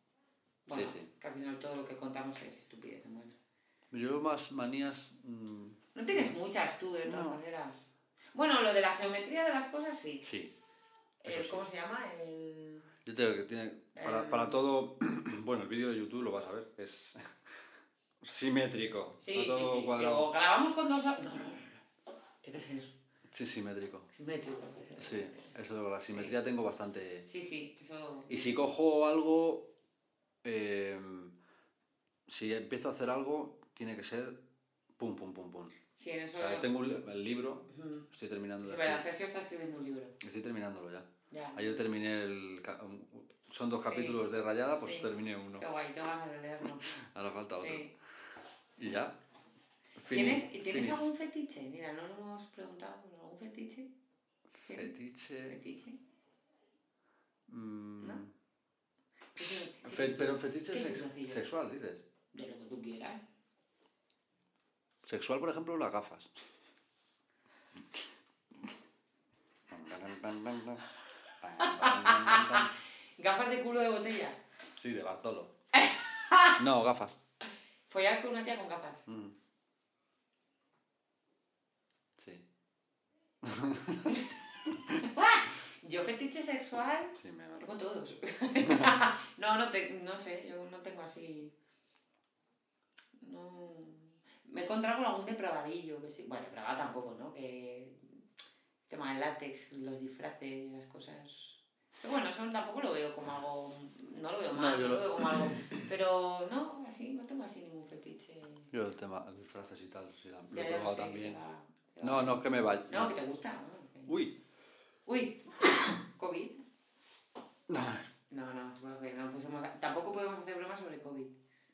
S1: Bueno,
S2: Sí, sí.
S1: Que al final todo lo que contamos es estupidez humana.
S2: Yo más manías. mm,
S1: No tienes muchas tú, de todas
S2: No.
S1: maneras. Bueno, lo de la geometría de las cosas sí.
S2: sí.
S1: Eh,
S2: Eso sí.
S1: ¿Cómo se llama? El...
S2: Yo te digo que tiene. Para,
S1: Em.
S2: para todo. Bueno, el vídeo de YouTube lo vas a ver. Es simétrico.
S1: Sí,
S2: está
S1: sí,
S2: todo
S1: sí.
S2: cuadrado.
S1: Digo, grabamos con dos... No, no, no. no. Tiene que ser
S2: Sí, simétrico.
S1: simétrico.
S2: Sí, eso, la simetría tengo bastante.
S1: Sí, sí, eso...
S2: Y si cojo algo. em, si empiezo a hacer algo, tiene que ser pum, pum, pum, pum.
S1: Sí, en
S2: O
S1: eso...
S2: sea, tengo un li- el libro,
S1: Ujú.
S2: estoy terminando
S1: Sí,
S2: de
S1: pero
S2: escri-
S1: Sergio está escribiendo un libro.
S2: Estoy terminándolo ya.
S1: Ya.
S2: Ayer terminé el. ca- un- Son dos
S1: Sí.
S2: capítulos de Rayada, pues
S1: Sí.
S2: terminé uno.
S1: Qué guay, tengo ganas de leerlo.
S2: Ahora falta otro.
S1: Sí.
S2: Y ya.
S1: ¿Tienes,
S2: Fini-
S1: ¿tienes
S2: finis.
S1: algún fetiche? Mira, no lo hemos preguntado. pero ¿Algún fetiche?
S2: Fetiche.
S1: ¿Fetiche?
S2: mm,
S1: ¿No?
S2: s-
S1: ¿Qué- qué-
S2: fe- pero fetiche
S1: qué
S2: sex-
S1: significa?
S2: sexual, dices.
S1: De lo que tú quieras.
S2: Sexual, por ejemplo, las gafas. Tan, tan, tan, tan, tan. Tan, tan, tan, tan.
S1: Gafas de culo de botella.
S2: Sí, de Bartolo. No, gafas.
S1: Follar con una tía con gafas.
S2: Mm. Sí,
S1: Yo fetiche sexual
S2: sí, me
S1: tengo todos. no, no, te, no sé, yo no tengo así. No. Me he encontrado con algún depravadillo, que sí. Bueno, depravada tampoco, ¿no? Que el tema del látex, los disfraces y las cosas. Pero bueno, eso tampoco lo veo como algo. No lo veo
S2: No,
S1: mal,
S2: yo
S1: no lo...
S2: lo-
S1: veo como algo. Pero no, así, no tengo así ningún fetiche.
S2: Yo el tema, el disfraces y tal, sí, la- lo
S1: Ya,
S2: he
S1: ya
S2: probado
S1: sé que
S2: también.
S1: te va- te va-
S2: No, no es que me vaya.
S1: No, que te gusta. ¿no? Que-
S2: Uy,
S1: Uy, COVID. No, no, bueno, que no pusimos- tampoco podemos hacer bromas sobre COVID.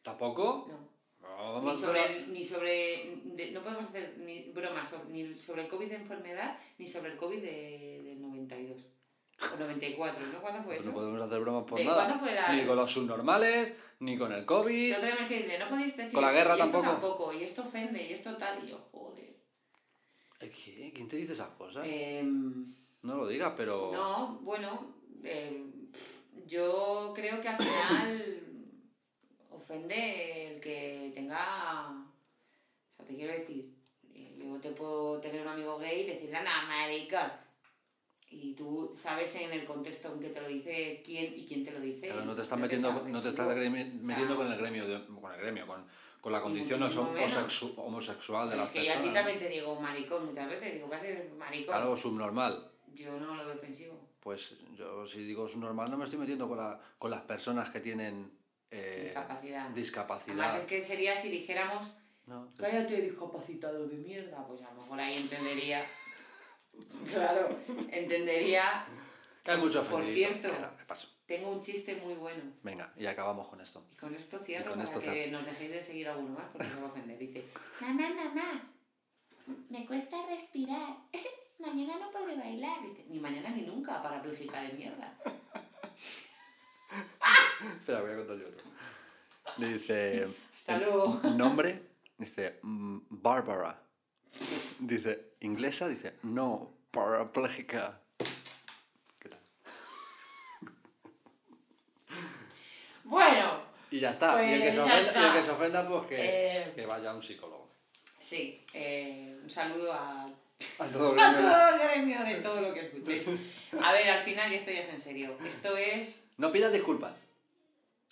S2: ¿tampoco?
S1: No.
S2: No,
S1: Ni
S2: vamos a
S1: sobre,
S2: hacer-
S1: ni sobre- de- no podemos hacer ni bromas sobre, ni sobre el COVID de enfermedad ni sobre el COVID de, del 92. O 94, ¿no? ¿Cuándo fue
S2: Pues No
S1: eso?
S2: podemos hacer bromas por
S1: ¿De
S2: nada.
S1: cuándo fue la-
S2: Ni con los subnormales, ni con el
S1: El
S2: COVID.
S1: otro día me dice, no podéis decir
S2: Con la
S1: esto,
S2: guerra
S1: y esto
S2: tampoco.
S1: Y esto ofende, y esto tal. Y yo, joder.
S2: ¿El qué? ¿Quién te dice esas cosas?
S1: Em,
S2: No lo digas, pero.
S1: No, bueno, eh, yo creo que al final ofende el que tenga. O sea, te quiero decir, eh, yo te puedo tener un amigo gay y decirle, nada, maricón. Y tú sabes en el contexto en que te lo dice quién y quién te Eh, lo dice.
S2: Claro, no te estás
S1: Creo que
S2: metiendo,
S1: sea
S2: no te estás
S1: ofensivo.
S2: gremi- metiendo
S1: Claro.
S2: con el gremio, de- con el gremio, con, con la condición
S1: muchísimo
S2: homo-
S1: menos.
S2: homosexu- homosexual de
S1: Pero
S2: las
S1: Es que yo a
S2: personas.
S1: ti también te digo maricón muchas veces, digo, parece maricón.
S2: Claro, subnormal.
S1: Yo no lo veo ofensivo.
S2: Pues yo si digo subnormal no me estoy metiendo con, la, con las personas que tienen eh,
S1: Discapacidad.
S2: discapacidad.
S1: Además, es que sería si dijéramos.
S2: No, te-
S1: Cállate, discapacitado de mierda. Pues a lo mejor ahí entendería. Claro, entendería.
S2: que hay mucho
S1: Por
S2: ofendido.
S1: cierto.
S2: Venga, me paso.
S1: Tengo un chiste muy bueno.
S2: Venga, y acabamos con esto.
S1: Y con esto cierro
S2: Y con
S1: para
S2: esto
S1: que nos dejéis de seguir alguno más porque se va a ofender. Dice: Mamá, mamá, me cuesta respirar. Mañana no podré bailar. Dice: Ni mañana ni nunca, para de mierda.
S2: Espera, voy a contar yo otro. Le dice...
S1: Hasta luego.
S2: Nombre, dice mm, Bárbara. Dice inglesa, dice no, parapléjica. ¿Qué tal?
S1: Bueno,
S2: Y ya está. y, el que
S1: Pues
S2: se
S1: ya
S2: ofenda,
S1: está.
S2: y el que se ofenda, pues que,
S1: Eh.
S2: que vaya a un psicólogo.
S1: sí, eh, un saludo a
S2: A todo el
S1: a
S2: mundo.
S1: todo el gremio de todo lo que escuchéis. A ver, al final, y esto ya es en serio. Esto es.
S2: No pidas disculpas.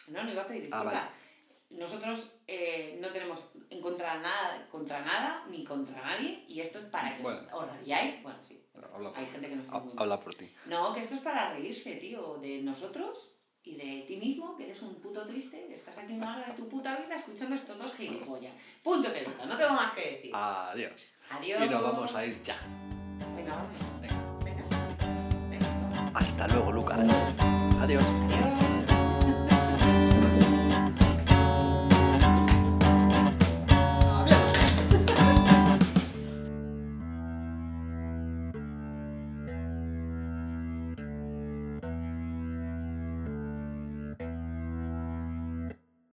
S1: No, no iba a pedir
S2: Ah,
S1: disculpas. nosotros eh, no tenemos en contra nada, contra nada ni contra nadie y esto es para que os,
S2: Bueno.
S1: os rayáis. Bueno, sí,
S2: Habla,
S1: hay gente que nos
S2: ha-
S1: pregunta.
S2: habla por ti.
S1: No, que esto es para reírse, tío, de nosotros y de ti mismo, que eres un puto triste, que estás aquí una hora de tu puta vida escuchando estos dos gilipollas. Punto de pelota, no tengo más que decir.
S2: Adiós.
S1: Adiós.
S2: Y nos vamos a ir ya.
S1: Venga, vamos.
S2: Venga.
S1: Venga. Venga.
S2: Hasta luego, Lucas. Adiós.
S1: Adiós.